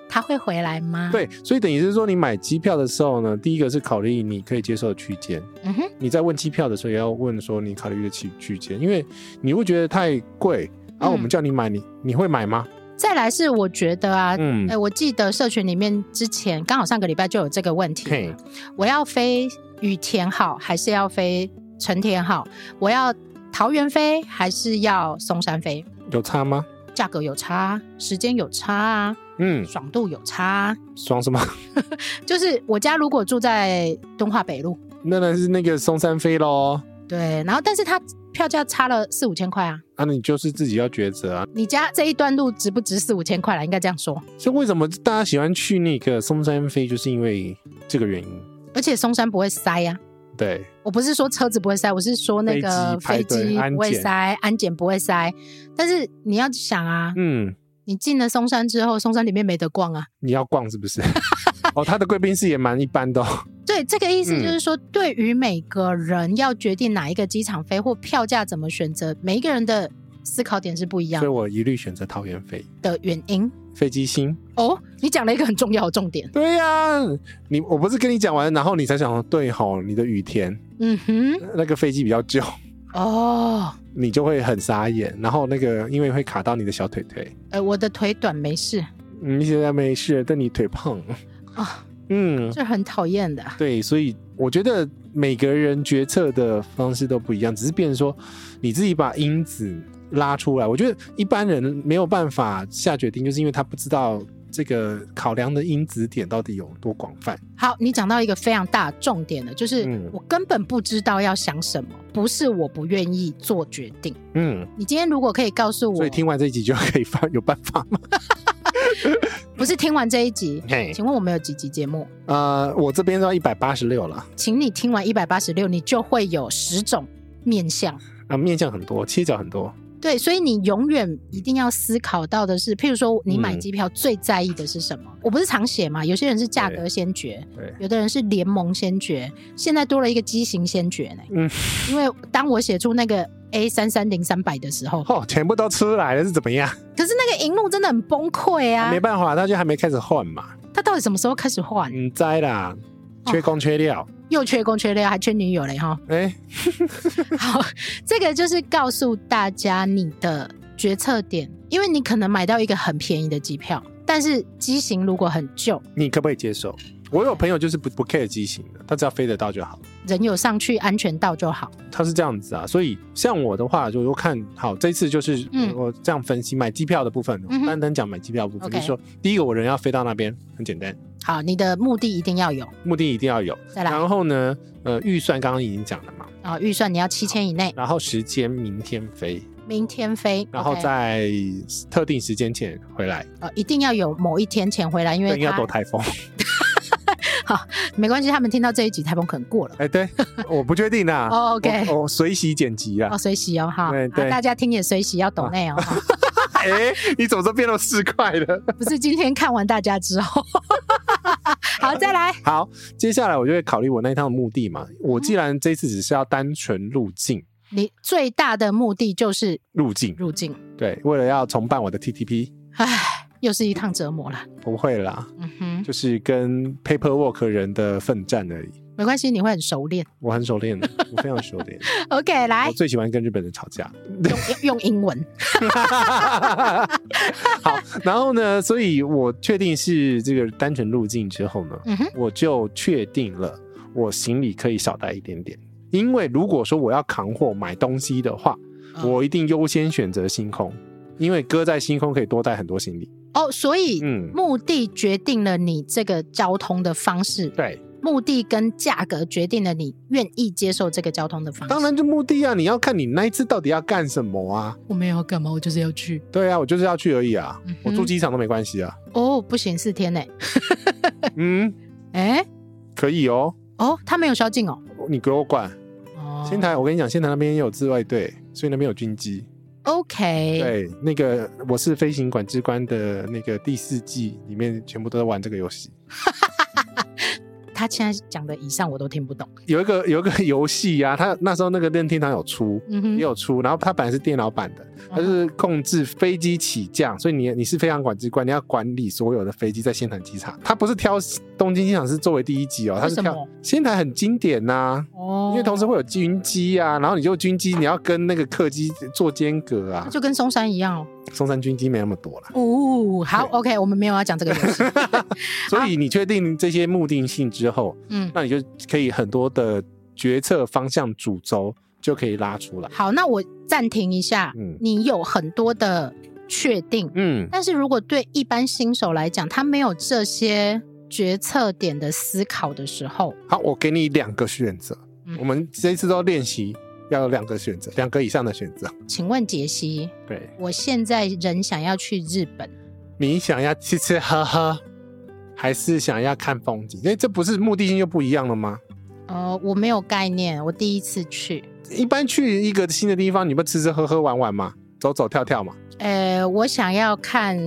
Speaker 2: 他会回来吗？，
Speaker 3: 对，所以等于是说，你买机票的时候呢，第一个是考虑你可以接受的区间。
Speaker 2: 嗯哼，
Speaker 3: 你在问机票的时候，也要问说你考虑的区区间，因为你会觉得太贵，然、
Speaker 2: 嗯
Speaker 3: 后我们叫你买，你你会买吗？
Speaker 2: 再来是我觉得啊，
Speaker 3: 嗯
Speaker 2: 哎、，我记得社群里面之前刚好上个礼拜就有这个问题
Speaker 3: 嘿
Speaker 2: 嘛，我要飞羽田好还是要飞成田好？我要桃园飞还是要松山飞？
Speaker 3: 有差吗？
Speaker 2: 价格有差啊，时间有差啊，
Speaker 3: 嗯，
Speaker 2: 爽度有差啊。
Speaker 3: 爽什么？
Speaker 2: 就是我家如果住在敦化北路，
Speaker 3: 那当然是那个松山飞喽。
Speaker 2: 对，然后但是它票价差了四五千块啊。
Speaker 3: 啊，你就是自己要抉择啊。
Speaker 2: 你家这一段路值不值四五千块了？应该这样说。
Speaker 3: 所以为什么大家喜欢去那个松山飞，就是因为这个原因。
Speaker 2: 而且松山不会塞啊呀、
Speaker 3: 对，
Speaker 2: 我不是说车子不会塞，我是说那个
Speaker 3: 飞
Speaker 2: 飞
Speaker 3: 机排队
Speaker 2: 机不
Speaker 3: 安
Speaker 2: 会
Speaker 3: 检
Speaker 2: 塞，安检不会塞。但是你要想啊，
Speaker 3: 嗯，
Speaker 2: 你进了松山之后，松山里面没得逛啊。
Speaker 3: 你要逛是不是？ 哦，他的贵宾室也蛮一般的、哦。
Speaker 2: 对，这个意思
Speaker 3: 嗯
Speaker 2: 就是说，对于每个人要决定哪一个机场飞或票价怎么选择，每一个人的思考点是不一样
Speaker 3: 所以我一律选择桃园飞
Speaker 2: 的原因。
Speaker 3: 飞机星。
Speaker 2: 哦，你讲了一个很重要的重点。
Speaker 3: 对呀、你我不是跟你讲完，然后你才想说，对吼，你的雨田
Speaker 2: 嗯哼，
Speaker 3: 那个飞机比较旧，
Speaker 2: 哦，
Speaker 3: 你就会很傻眼。然后那个因为会卡到你的小腿腿，
Speaker 2: 呃，我的腿短没事
Speaker 3: 你现在没事，但你腿胖。
Speaker 2: 啊、
Speaker 3: 嗯，
Speaker 2: 这很讨厌的。
Speaker 3: 对，所以我觉得每个人决策的方式都不一样，只是变成说你自己把因子拉出来。我觉得一般人没有办法下决定，就是因为他不知道这个考量的因子点到底有多广泛。
Speaker 2: 好，你讲到一个非常大的重点了，就是
Speaker 3: 嗯
Speaker 2: 我根本不知道要想什么，不是我不愿意做决定。
Speaker 3: 嗯，
Speaker 2: 你今天如果可以告诉
Speaker 3: 所
Speaker 2: 我
Speaker 3: 以，听完这一集就可以发有办法吗？
Speaker 2: 不是听完这一集，
Speaker 3: 嘿，
Speaker 2: 请问我们有几集节目？
Speaker 3: 呃，我这边到一百八十六了，啊、
Speaker 2: 请你听完一百八十六，你就会有十种面相。
Speaker 3: 啊面向很多，切角很多。
Speaker 2: 对，所以你永远一定要思考到的是，譬如说你买
Speaker 3: 嗯
Speaker 2: 机票最在意的是什么？我不是常写嘛，有些人是价格先决，
Speaker 3: 对，
Speaker 2: 有的人是联盟先决，现在多了一个机型先决呢。
Speaker 3: 嗯，
Speaker 2: 因为当我写出那个 A 三三零三百的时候，
Speaker 3: 哦，全部都出来了是怎么样？
Speaker 2: 可是那个荧幕真的很崩溃啊
Speaker 3: 没！办法，大家还没开始换嘛，
Speaker 2: 他到底什么时候开始换？
Speaker 3: 嗯，栽啦，缺工缺料，
Speaker 2: 又缺工缺料，还缺女友嘞哈！
Speaker 3: 哎、
Speaker 2: 好，这个就是告诉大家你的决策点，因为你可能买到一个很便宜的机票，但是机型如果很旧，
Speaker 3: 你可不可以接受？我有朋友就是不不 care 机型的，他只要飞得到就好。
Speaker 2: 人有上去安全到就好。
Speaker 3: 他是这样子啊，所以像我的话，就我看好这一次就是
Speaker 2: 嗯
Speaker 3: 我我这样分析买机票的部分，
Speaker 2: 嗯哼
Speaker 3: 单单讲买机票的部分，
Speaker 2: OK
Speaker 3: 就是说第一个我人要飞到那边很简单，
Speaker 2: 好，你的目的一定要有，
Speaker 3: 目的一定要有，
Speaker 2: 再来
Speaker 3: 然后呢，呃，预算刚刚已经讲了嘛，
Speaker 2: 啊、预算你要七千以内，
Speaker 3: 然后时间明天飞，
Speaker 2: 明天飞，
Speaker 3: 然后
Speaker 2: OK
Speaker 3: 在特定时间前回来，
Speaker 2: 呃一定要有某一天前回来，因
Speaker 3: 对，
Speaker 2: 为
Speaker 3: 应该躲
Speaker 2: 他
Speaker 3: 台风。
Speaker 2: 没关系，他们听到这一集台风可能过了。
Speaker 3: 哎，对，我不确定啊。
Speaker 2: 哦，OK
Speaker 3: 我我随喜剪辑啊
Speaker 2: 哦，。随喜哦哈，
Speaker 3: 对对
Speaker 2: 啊大家听也随喜，要懂内哦哈。
Speaker 3: 哎，你怎么都变到四块了？
Speaker 2: 不是今天看完大家之后， 好再来，
Speaker 3: 好，接下来我就会考虑我那一趟的目的
Speaker 2: 哦
Speaker 3: 嘛。我既然这次只是要单纯入境，
Speaker 2: 你最大的目的就是
Speaker 3: 入境
Speaker 2: 入境，
Speaker 3: 对，为了要重办我的 TTP，
Speaker 2: 唉，又是一趟折磨了。
Speaker 3: 不会啦，
Speaker 2: 嗯哼，
Speaker 3: 就是跟 paperwork 人的奋战而已。
Speaker 2: 没关系，你会很熟练。
Speaker 3: 我很 熟练的，我非常熟练。
Speaker 2: OK，来
Speaker 3: 我最喜欢跟日本人吵架。
Speaker 2: 用用用英文。
Speaker 3: 好，然后呢，所以我确定是这个单纯入境之后呢，
Speaker 2: 嗯哼，
Speaker 3: 我就确定了我行李可以少带一点点，因为如果说我要扛货买东西的话，
Speaker 2: 嗯
Speaker 3: 我一定优先选择星空，因为搁在星空可以多带很多行李。
Speaker 2: 哦，所以
Speaker 3: 嗯，
Speaker 2: 目的决定了你这个交通的方式，
Speaker 3: 对，
Speaker 2: 目的跟价格决定了你愿意接受这个交通的方式。
Speaker 3: 当，然就目的啊，你要看你那一次到底要干什么啊。
Speaker 2: 我没有要干嘛，我就是要去。
Speaker 3: 对啊，我就是要去而已啊
Speaker 2: 嗯哼，
Speaker 3: 我住机场都没关系啊。
Speaker 2: 哦，不行，四天呢？
Speaker 3: 嗯，
Speaker 2: 哎，
Speaker 3: 可以哦，
Speaker 2: 哦，他没有宵禁哦。
Speaker 3: 你给我管。
Speaker 2: 哦，
Speaker 3: 仙台，我跟你讲，仙台那边也有自卫队，所以那边有军机。
Speaker 2: OK，
Speaker 3: 对，那个我是飞行管制官的那个第四季里面，全部都在玩这个游戏。
Speaker 2: 他现在讲的以上我都听不懂。
Speaker 3: 有一个有一个游戏啊，它那时候那个任天堂有出，
Speaker 2: 嗯
Speaker 3: 也
Speaker 2: 哼，
Speaker 3: 有出，然后它本来是电脑版的，它就是控制飞机起降，所以你你是飞航管制官，你要管理所有的飞机在仙台机场。它不是挑东京机场是作为第一级哦，它
Speaker 2: 为
Speaker 3: 是
Speaker 2: 什
Speaker 3: 挑
Speaker 2: 么
Speaker 3: 仙台很经典呐、
Speaker 2: 哦
Speaker 3: 因为同时会有军机啊，然后你就军机，你要跟那个客机做间隔啊
Speaker 2: 那。就跟松山一样哦。
Speaker 3: 松山军机没那么多啦，
Speaker 2: 哦，好
Speaker 3: 对
Speaker 2: ，OK，我们没有要讲这个游 戏。
Speaker 3: 所以你确定这些目的性之后，
Speaker 2: 嗯，
Speaker 3: 那你就可以很多的决策方向主轴就可以拉出来。
Speaker 2: 好，那我暂停一下。
Speaker 3: 嗯
Speaker 2: 你有很多的确定。
Speaker 3: 嗯，
Speaker 2: 但是如果对一般新手来讲，他没有这些决策点的思考的时候，
Speaker 3: 好，我给你两个选择，
Speaker 2: 嗯
Speaker 3: 我们这一次都练习要有两个选择，两个以上的选择。
Speaker 2: 请问杰西，
Speaker 3: 对，
Speaker 2: 我现在人想要去日本，
Speaker 3: 你想要吃吃喝喝，还是想要看风景？因为这不是目的性就不一样了吗？
Speaker 2: 呃，我没有概念，我第一次去，
Speaker 3: 一般去一个新的地方，你不吃吃喝喝玩玩嘛，走走跳跳嘛，
Speaker 2: 呃，我想要看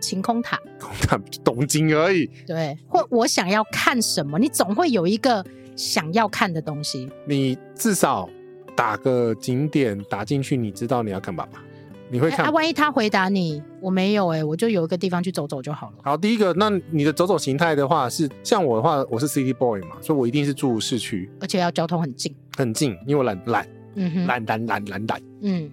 Speaker 2: 晴空塔，
Speaker 3: 看东京而已。
Speaker 2: 对，或我想要看什么，你总会有一个想要看的东西。
Speaker 3: 你至少打个景点打进去，你知道你要干嘛吧？你会
Speaker 2: 哎
Speaker 3: 看
Speaker 2: 啊，。万一他回答你我没有、哎，我就有一个地方去走走就好了。
Speaker 3: 好，第一个，那你的走走形态的话是，像我的话，我是 city boy 嘛，所以我一定是住市区，
Speaker 2: 而且要交通很近。
Speaker 3: 很近，因为我懒懒
Speaker 2: 嗯哼，
Speaker 3: 懒懒懒懒懒，
Speaker 2: 嗯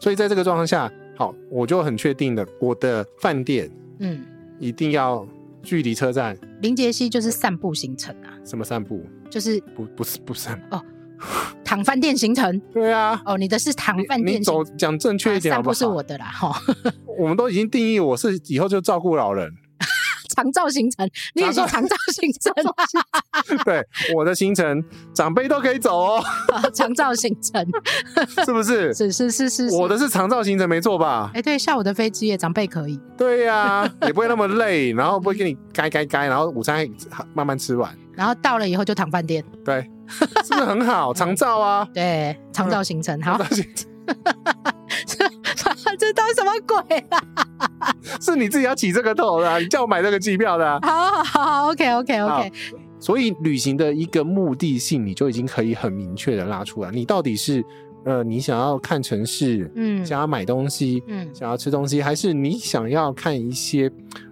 Speaker 3: 所以在这个状况下，好，我就很确定的，我的饭店
Speaker 2: 嗯，
Speaker 3: 一定要距离车站
Speaker 2: 林杰西就是散步行程啊，
Speaker 3: 什么散步，
Speaker 2: 就是
Speaker 3: 不不是不散步，
Speaker 2: 躺饭店行程。
Speaker 3: 对啊，
Speaker 2: 哦，你的是躺饭
Speaker 3: 你
Speaker 2: 店行
Speaker 3: 你走讲正确一点
Speaker 2: 啊
Speaker 3: 好
Speaker 2: 散步
Speaker 3: 不好？
Speaker 2: 是我的啦，哈，
Speaker 3: 我们都已经定义我是以后就照顾老人，
Speaker 2: 长照行程，你也是长照行程
Speaker 3: 对我的行程，长辈都可以走哦，
Speaker 2: 啊，长照行程，
Speaker 3: 是不是？
Speaker 2: 是是是是，是
Speaker 3: 我的是长照行程没错吧？
Speaker 2: 哎，对，下午的飞机也长辈可以，
Speaker 3: 对呀、也不会 那么累，然后不会给你该该该，然后午餐还慢慢吃完，
Speaker 2: 然后到了以后就躺饭店，
Speaker 3: 对， 是不是很好？长照啊，
Speaker 2: 对，长照行程，好
Speaker 3: 长，照行程
Speaker 2: 这都什么鬼啊啦？
Speaker 3: 是你自己要起这个头的啊、你 叫我买这个机票的啊、
Speaker 2: 好好好好，OK OK
Speaker 3: 好
Speaker 2: OK，
Speaker 3: 所以旅行的一个目的性，你就已经可以很明确的拉出来，你到底是呃，你想要看城市，
Speaker 2: 嗯
Speaker 3: 想要买东西，
Speaker 2: 嗯
Speaker 3: 想要吃东西，还是你想要看一些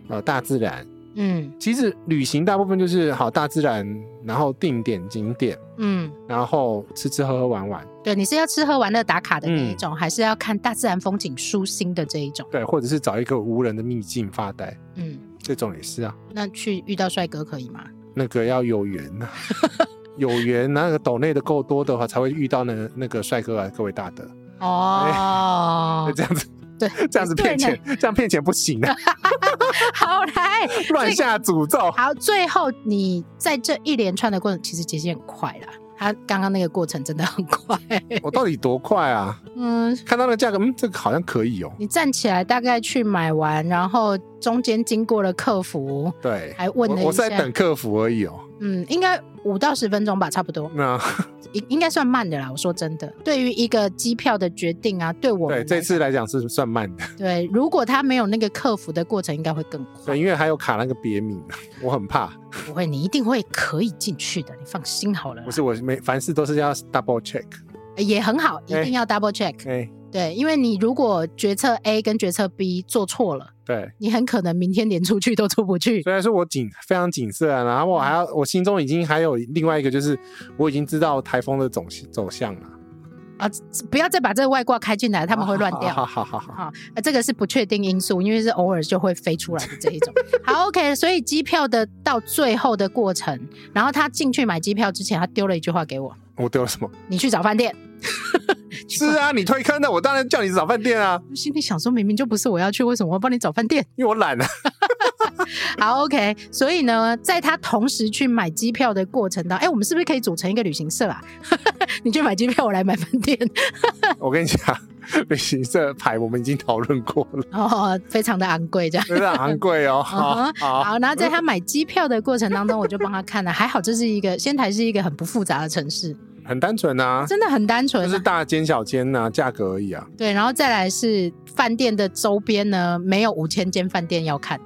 Speaker 3: 呃大自然？
Speaker 2: 嗯
Speaker 3: 其实旅行大部分就是好大自然，然后定点景点，
Speaker 2: 嗯，
Speaker 3: 然后吃吃喝喝玩玩，
Speaker 2: 对，你是要吃喝玩乐打卡的那一
Speaker 3: 嗯
Speaker 2: 种，还是要看大自然风景舒心的这一种？
Speaker 3: 对，或者是找一个无人的秘境发呆，
Speaker 2: 嗯。
Speaker 3: 这种也是啊。
Speaker 2: 那去遇到帅哥可以吗？
Speaker 3: 那个要有缘 呐、有缘那个抖内的够多的话，才会遇到那个那个帅哥啊，各位大德。
Speaker 2: 哦，
Speaker 3: 这样子，
Speaker 2: 对，
Speaker 3: 这样子
Speaker 2: 对
Speaker 3: 骗钱，这样骗钱不行 啊，
Speaker 2: 好来，
Speaker 3: 乱下诅 咒。
Speaker 2: 好，最后你在这一连串的过程，其实杰西很快啦，他刚刚那个过程真的很快。
Speaker 3: 我到底多快啊？
Speaker 2: 嗯，
Speaker 3: 看到那价格，嗯，这个好像可以哦。
Speaker 2: 你站起来大概去买完，然后中间经过了客服，
Speaker 3: 对，
Speaker 2: 还问了
Speaker 3: 我
Speaker 2: 一
Speaker 3: 我是
Speaker 2: 下
Speaker 3: 在，等客服而已哦。
Speaker 2: 嗯，应该五到十分钟吧，差不多，
Speaker 3: 那
Speaker 2: 应应该算慢的啦。我说真的，对于一个机票的决定啊，对我们
Speaker 3: 对
Speaker 2: 来
Speaker 3: 这次来讲是算慢的，
Speaker 2: 对，如果他没有那个客服的过程，应该会更快
Speaker 3: 对，。因为还有卡那个别名，啊我很怕。
Speaker 2: 不会，你一定会可以进去的，你放心好了啦。
Speaker 3: 不是我每凡事都是要 double check。
Speaker 2: 也很好，一
Speaker 3: 哎
Speaker 2: 定要 double check、
Speaker 3: 哎，
Speaker 2: 对，因为你如果决策 A 跟决策 B 做错了，
Speaker 3: 对，
Speaker 2: 你很可能明天连出去都出不去。
Speaker 3: 虽然说我谨非常谨慎啊，然后我还要我心中已经还有另外一个，就是我已经知道台风的走走向了，
Speaker 2: 啊不要再把这个外挂开进来，他们会乱掉。
Speaker 3: 好好好好好，
Speaker 2: 啊，呃这个是不确定因素，因为是偶尔就会飞出来的这一种。好，OK，所以机票的到最后的过程，然后他进去买机票之前，他丢了一句话给我
Speaker 3: 我丢了什么？：“
Speaker 2: 你去找饭店。
Speaker 3: 是啊，你推坑的，我当然叫你找饭店啊，”
Speaker 2: 我心里想说，明明就不是我要去，为什么我要帮你找饭店？
Speaker 3: 因为我懒啊。
Speaker 2: 好，OK。所以呢，在他同时去买机票的过程当中，哎，我们是不是可以组成一个旅行社啊？ 你去买机票，我来买饭店。
Speaker 3: 我跟你讲，旅行社牌我们已经讨论过了，
Speaker 2: 哦，非常的昂贵，这样。
Speaker 3: 真的昂贵哦。好
Speaker 2: 嗯哼，
Speaker 3: 好，
Speaker 2: 好，然后在他买机票的过程当中，我就帮他看了。还好这是一个仙台，是一个很不复杂的城市，
Speaker 3: 很单纯啊，
Speaker 2: 真的很单
Speaker 3: 就
Speaker 2: 纯
Speaker 3: 是
Speaker 2: 啊。
Speaker 3: 大间小间呐，价格而已啊。
Speaker 2: 对，然后再来是饭店的周边呢，没有五千间饭店要看，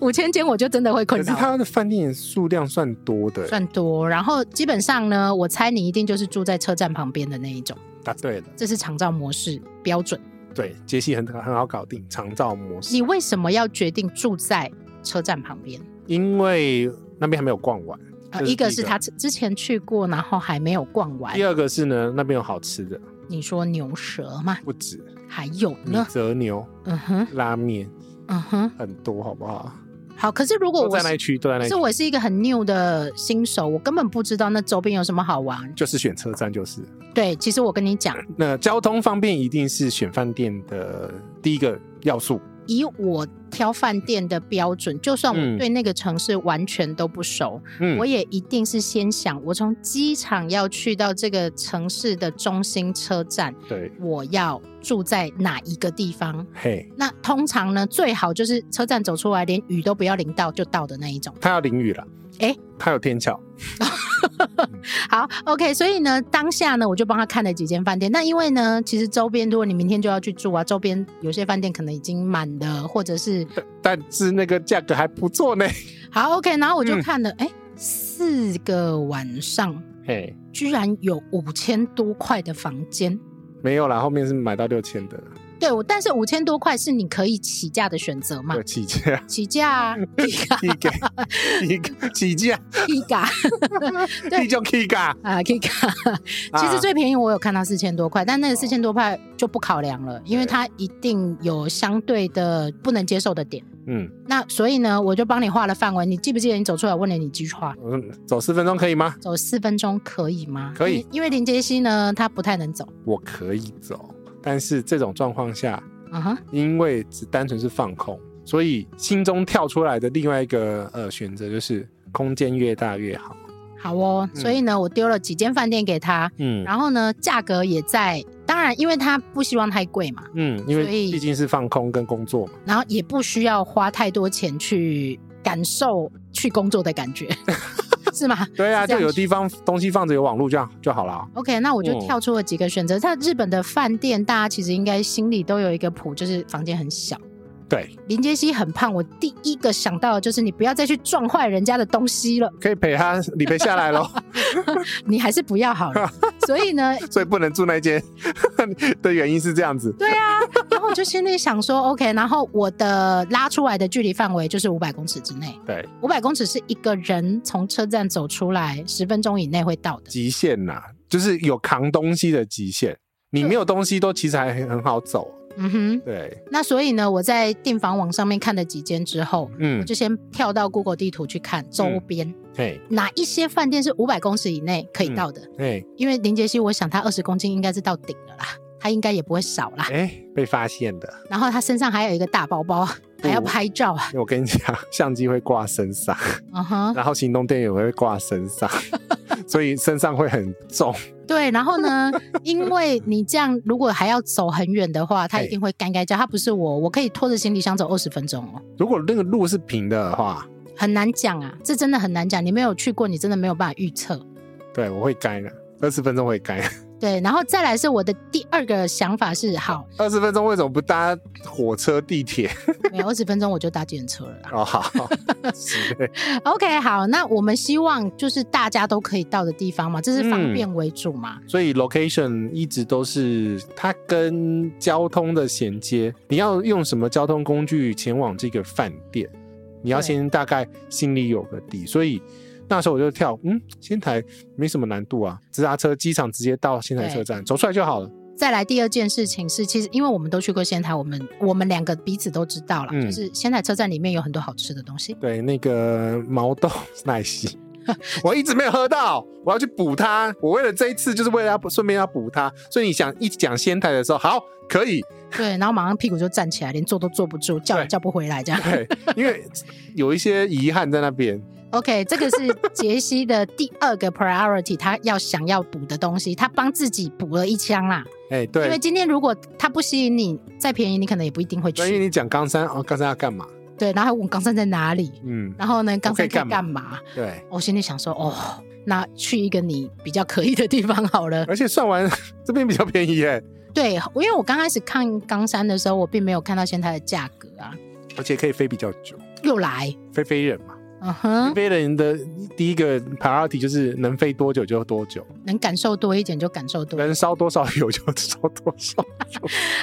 Speaker 2: 五千间我就真的会
Speaker 3: 可
Speaker 2: 困
Speaker 3: 是
Speaker 2: 扰。
Speaker 3: 它的饭店数量算多的，
Speaker 2: 算多，然后基本上呢，我猜你一定就是住在车站旁边的那一种，
Speaker 3: 答对了。
Speaker 2: 这是长照模式标准。
Speaker 3: 对，杰西很很好搞定，长照模式，
Speaker 2: 你为什么要决定住在车站旁边？
Speaker 3: 因为那边还没有逛完。
Speaker 2: 啊，
Speaker 3: 这是
Speaker 2: 一个
Speaker 3: 第一
Speaker 2: 是
Speaker 3: 个
Speaker 2: 他之之前去过，然后还没有逛完
Speaker 3: 第。二个是呢，那边有好吃的，
Speaker 2: 你说牛舌嘛，
Speaker 3: 不止
Speaker 2: 还有
Speaker 3: 米
Speaker 2: 呢，
Speaker 3: 泽牛
Speaker 2: 嗯哼，
Speaker 3: 拉面
Speaker 2: 嗯哼，
Speaker 3: 很多，好不好？
Speaker 2: 好，可是如果
Speaker 3: 都
Speaker 2: 我
Speaker 3: 在那一
Speaker 2: 是，
Speaker 3: 区，都在那
Speaker 2: 可
Speaker 3: 一
Speaker 2: 是
Speaker 3: 区，
Speaker 2: 我是一个很 new 的新手，我根本不知道那周边有什么好玩。
Speaker 3: 就是选车站就是。
Speaker 2: 对，其实我跟你 讲，
Speaker 3: 那交通方便一定是选饭店的第一个要素。
Speaker 2: 以我挑饭店的标准，就算
Speaker 3: 嗯
Speaker 2: 我对那个城市完全都不熟，
Speaker 3: 嗯
Speaker 2: 我，也一定是先想，我从机场要去到这个城市的中心车站，
Speaker 3: 对，
Speaker 2: 我要住在哪一个地方？
Speaker 3: 嘿，
Speaker 2: 那通常呢，最好就是车站走出来，连雨都不要淋到就到的那一种。
Speaker 3: 它要淋雨了。
Speaker 2: 诶
Speaker 3: 它有天桥。
Speaker 2: 好，OK，所以呢，当下呢，我就帮他看了几间饭店。那因为呢，其实周边，如果你明天就要去住啊，周边有些饭店可能已经满了，或者是
Speaker 3: 但是那个价格还不错 呢。
Speaker 2: 好 OK，然后我就
Speaker 3: 嗯
Speaker 2: 看了，哎、四个晚上
Speaker 3: 嘿，
Speaker 2: 居然有五千多块的房间。
Speaker 3: 没有啦，后面是买到六千的，
Speaker 2: 对，我但是五千多块是你可以起价的选择嘛
Speaker 3: 有？起价，
Speaker 2: 起价啊，
Speaker 3: 起价，起价，起价，
Speaker 2: 起价对
Speaker 3: 你就起价。
Speaker 2: 啊，起价。
Speaker 3: 啊
Speaker 2: 其实最便宜我有看到四千多块，但那个四千多块就不考量了，因为
Speaker 3: 对
Speaker 2: 它一定有相对的不能接受的点。
Speaker 3: 嗯，
Speaker 2: 那所以呢，我就帮你画了范围。你记不记得你走出来问了你几句话？
Speaker 3: 我说走四分钟可以吗？
Speaker 2: 走四分钟可以吗？
Speaker 3: 可
Speaker 2: 因
Speaker 3: 以
Speaker 2: 为，因为林杰西呢，他不太能走。
Speaker 3: 我可以走，但是这种状况下，
Speaker 2: 啊哈，
Speaker 3: 因为只单纯是放空，所以心中跳出来的另外一个呃选择就是空间越大越好。
Speaker 2: 好哦。
Speaker 3: 嗯
Speaker 2: 所以呢，我丢了几间饭店给他，
Speaker 3: 嗯
Speaker 2: 然后呢，价格也在。当然，因为他不希望太贵嘛，
Speaker 3: 嗯，因为
Speaker 2: 所以
Speaker 3: 毕竟是放空跟工作嘛，
Speaker 2: 然后也不需要花太多钱去感受去工作的感觉， 是吗？
Speaker 3: 对啊，
Speaker 2: 是这
Speaker 3: 就
Speaker 2: 样
Speaker 3: 有地方东西放着，有网络就好就好了。
Speaker 2: OK，那我就
Speaker 3: 嗯
Speaker 2: 跳出了几个选择。在日本的饭店，大家其实应该心里都有一个谱，就是房间很小。
Speaker 3: 对，
Speaker 2: 林杰西很胖，我第一个想到的就是你不要再去撞坏人家的东西了，
Speaker 3: 可以陪他理赔下 来喽，
Speaker 2: 你还是不要好了。所以呢，
Speaker 3: 所以不能住那间的原因是这样子。
Speaker 2: 对啊，然后我就心里想说 OK，然后我的拉出来的距离范围就是五百公尺之内，
Speaker 3: 对，
Speaker 2: 五百公尺是一个人从车站走出来十分钟以内会到的。
Speaker 3: 极限呐、就是有扛东西的极限。你没有东西都其实还很好走。
Speaker 2: 嗯哼，
Speaker 3: 对，
Speaker 2: 那所以呢，我在订房网上面看了几间之后，
Speaker 3: 嗯
Speaker 2: 我，就先跳到 Google 地图去看周边、
Speaker 3: 嘿，
Speaker 2: 哪一些饭店是五百公尺以内可以到的，
Speaker 3: 嘿，
Speaker 2: 因为林杰西，我想他二十公斤应该是到顶了啦，他应该也不会少啦。
Speaker 3: 哎，被发现的。
Speaker 2: 然后他身上还有一个大包包，还要拍照啊，
Speaker 3: 我跟你讲，相机会挂身上，
Speaker 2: 嗯哼，
Speaker 3: 然后行动电源会挂身上，所以身上会很重。
Speaker 2: 对。然后呢，因为你这样如果还要走很远的话，他
Speaker 3: 嘿
Speaker 2: 一定会干干叫。他不是我，我可以拖着行李箱走二十分钟哦。
Speaker 3: 如果那个路是平的话，
Speaker 2: 很难讲啊，这真的很难讲。你没有去过，你真的没有办法预测。
Speaker 3: 对我会该的，二十分钟会该。
Speaker 2: 对，然后再来是我的第二个想法是，好，
Speaker 3: 二十分钟为什么不搭火车、地铁？
Speaker 2: 没有二十分钟我就搭计程车了啦。
Speaker 3: 哦，好，是的
Speaker 2: OK，好，那我们希望就是大家都可以到的地方嘛，这是
Speaker 3: 嗯
Speaker 2: 方便为主嘛。
Speaker 3: 所以 location 一直都是它跟交通的衔接。你要用什么交通工具前往这个饭店？你要
Speaker 2: 对
Speaker 3: 先大概心里有个底。所以那时候我就跳，嗯，仙台没什么难度啊，直达车机场直接到仙台车站，走出来就好了。
Speaker 2: 再来第二件事情是，其实因为我们都去过仙台，我们我们两个彼此都知道了，
Speaker 3: 嗯
Speaker 2: 就是仙台车站里面有很多好吃的东西。
Speaker 3: 对，那个毛豆 奶昔，我一直没有喝到，我要去补它。我为了这一次，就是为了要顺便要补它。所以你想一讲仙台的时候，好，可以，
Speaker 2: 对，然后马上屁股就站起来，连坐都坐不住，叫也
Speaker 3: 对
Speaker 2: 叫不回来这样。
Speaker 3: 对，因为有一些遗憾在那边。
Speaker 2: OK，这个是杰西的第二个 priority，他要想要补的东西，他帮自己补了一枪啦。
Speaker 3: 哎、
Speaker 2: 因为
Speaker 3: 对，
Speaker 2: 今天如果他不吸引你，再便宜你可能也不一定会
Speaker 3: 所以
Speaker 2: 去。
Speaker 3: 你讲冈山哦，冈山要干嘛？
Speaker 2: 对，然后还问冈山在哪里，
Speaker 3: 嗯，
Speaker 2: 然后呢，冈山
Speaker 3: 可以
Speaker 2: 可以
Speaker 3: 干嘛
Speaker 2: 干嘛？
Speaker 3: 对，
Speaker 2: 我心里想说，哦，那去一个你比较可以的地方好了。
Speaker 3: 而且算完 这边比较便宜哎，
Speaker 2: 对，因为我刚开始看冈山的时候，我并没有看到现在的价格啊，
Speaker 3: 而且可以飞比较久，
Speaker 2: 又来，
Speaker 3: 飞飞人嘛，
Speaker 2: 嗯哼，
Speaker 3: 飞人的第一个 priority 就是能飞多久就多久，
Speaker 2: 能感受多一点就感受多。
Speaker 3: 能烧多少油就烧多
Speaker 2: 嗯
Speaker 3: 少。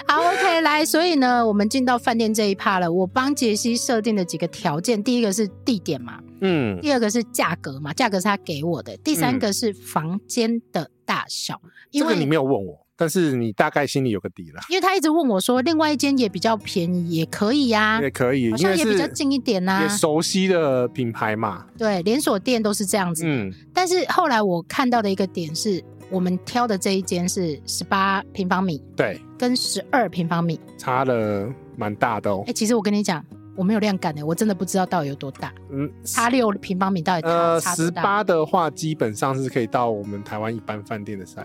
Speaker 2: 好，OK，来，所以呢，我们进到饭店这一趴了。我帮杰西设定的几个条件，第一个是地点嘛，
Speaker 3: 嗯，
Speaker 2: 第二个是价格嘛，价格是他给我的，第三个是房间的大小，
Speaker 3: 这
Speaker 2: 因
Speaker 3: 个
Speaker 2: 为
Speaker 3: 你没有问我，但是你大概心里有个底了，
Speaker 2: 因为他一直问我说，另外一间也比较便宜，也可以呀、
Speaker 3: 也可以，
Speaker 2: 啊好
Speaker 3: 因
Speaker 2: 像
Speaker 3: 为
Speaker 2: 也比较
Speaker 3: 是
Speaker 2: 近一啊点呐、
Speaker 3: 也熟悉的品牌嘛，
Speaker 2: 对，连锁店都是这样子。
Speaker 3: 嗯，
Speaker 2: 但是后来我看到的一个点是，我们挑的这一间是十八平方米
Speaker 3: 对，
Speaker 2: 跟十二平方米。
Speaker 3: 差了蛮大的哦
Speaker 2: 哎、，其实我跟你讲，我没有量感的、我真的不知道到底有多大，
Speaker 3: 嗯，
Speaker 2: 差六平方米到底
Speaker 3: 呃
Speaker 2: 差差多
Speaker 3: 十
Speaker 2: 大？
Speaker 3: 八的话，基本上是可以到我们台湾一般饭店的 size，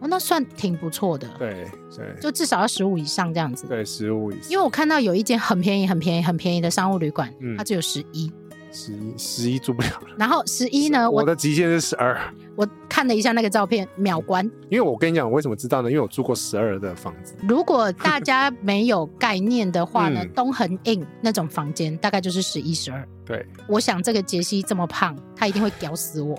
Speaker 2: 哦，那算挺不错的，
Speaker 3: 对对
Speaker 2: 就至少要十五以上这样子。
Speaker 3: 对，十五以
Speaker 2: 因为我看到有一间很便宜、很便宜、很便宜的商务旅馆，
Speaker 3: 嗯
Speaker 2: 它只有十一。
Speaker 3: 十一十一住不了了，
Speaker 2: 然后十一呢，
Speaker 3: 我
Speaker 2: 呃我
Speaker 3: 的极限是十二。
Speaker 2: 我看了一下那个照片，秒关。
Speaker 3: 因为我跟你讲，我为什么知道呢？因为我住过十二的房子，
Speaker 2: 如果大家没有概念的话呢，
Speaker 3: 嗯
Speaker 2: 东恒印那种房间大概就是十一、十二。
Speaker 3: 对，
Speaker 2: 我想这个杰西这么胖，他一定会屌死 我。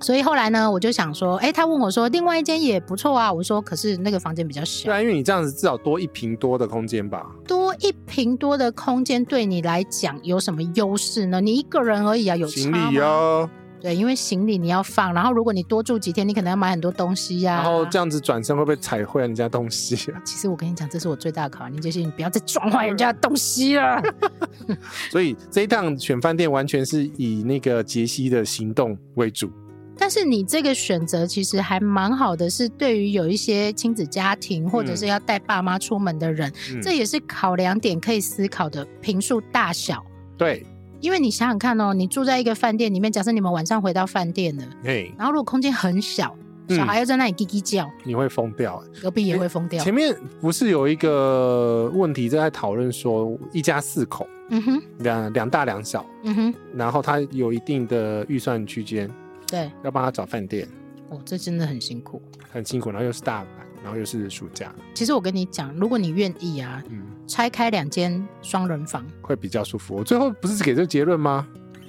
Speaker 2: 所以后来呢，我就想说，哎、他问我说，另外一间也不错啊。我说，可是那个房间比较
Speaker 3: 对
Speaker 2: 小，
Speaker 3: 啊，因为你这样子至少多一平多的空间吧。
Speaker 2: 多一平多的空间对你来讲有什么优势呢？你一个人而已啊，有
Speaker 3: 行
Speaker 2: 差
Speaker 3: 李
Speaker 2: 吗
Speaker 3: 哦，
Speaker 2: 对，因为行李你要放，然后如果你多住几天，你可能要买很多东西呀、
Speaker 3: 然后这样子转身会不会踩坏人家东西、啊？
Speaker 2: 其实我跟你讲，这是我最大的考验，就是你不要再撞坏人家的东西了。
Speaker 3: 所以这一趟选饭店完全是以那个杰西的行动为主。
Speaker 2: 但是你这个选择其实还蛮好的，是对于有一些亲子家庭或者是要带爸妈出门的人，
Speaker 3: 嗯
Speaker 2: 这也是考量点可以思考的平数大小。
Speaker 3: 对，
Speaker 2: 因为你想想看哦，你住在一个饭店里面，假设你们晚上回到饭店了，
Speaker 3: 嘿，
Speaker 2: 然后如果空间很小，
Speaker 3: 嗯
Speaker 2: 小孩又在那里叽叽叫，
Speaker 3: 你会疯掉、欸。
Speaker 2: 隔壁也会疯掉。
Speaker 3: 前面不是有一个问题正在讨论说，一家四口，
Speaker 2: 嗯哼，
Speaker 3: 两两大两小，
Speaker 2: 嗯哼，
Speaker 3: 然后他有一定的预算区间，
Speaker 2: 对，
Speaker 3: 要帮他找饭店，
Speaker 2: 哦，这真的很辛苦。
Speaker 3: 很辛苦，然后又是大阪，然后又是暑假，
Speaker 2: 其实我跟你讲，如果你愿意啊，
Speaker 3: 嗯，
Speaker 2: 拆开两间双人房，
Speaker 3: 会比较舒服。我最后不是给这个结论吗？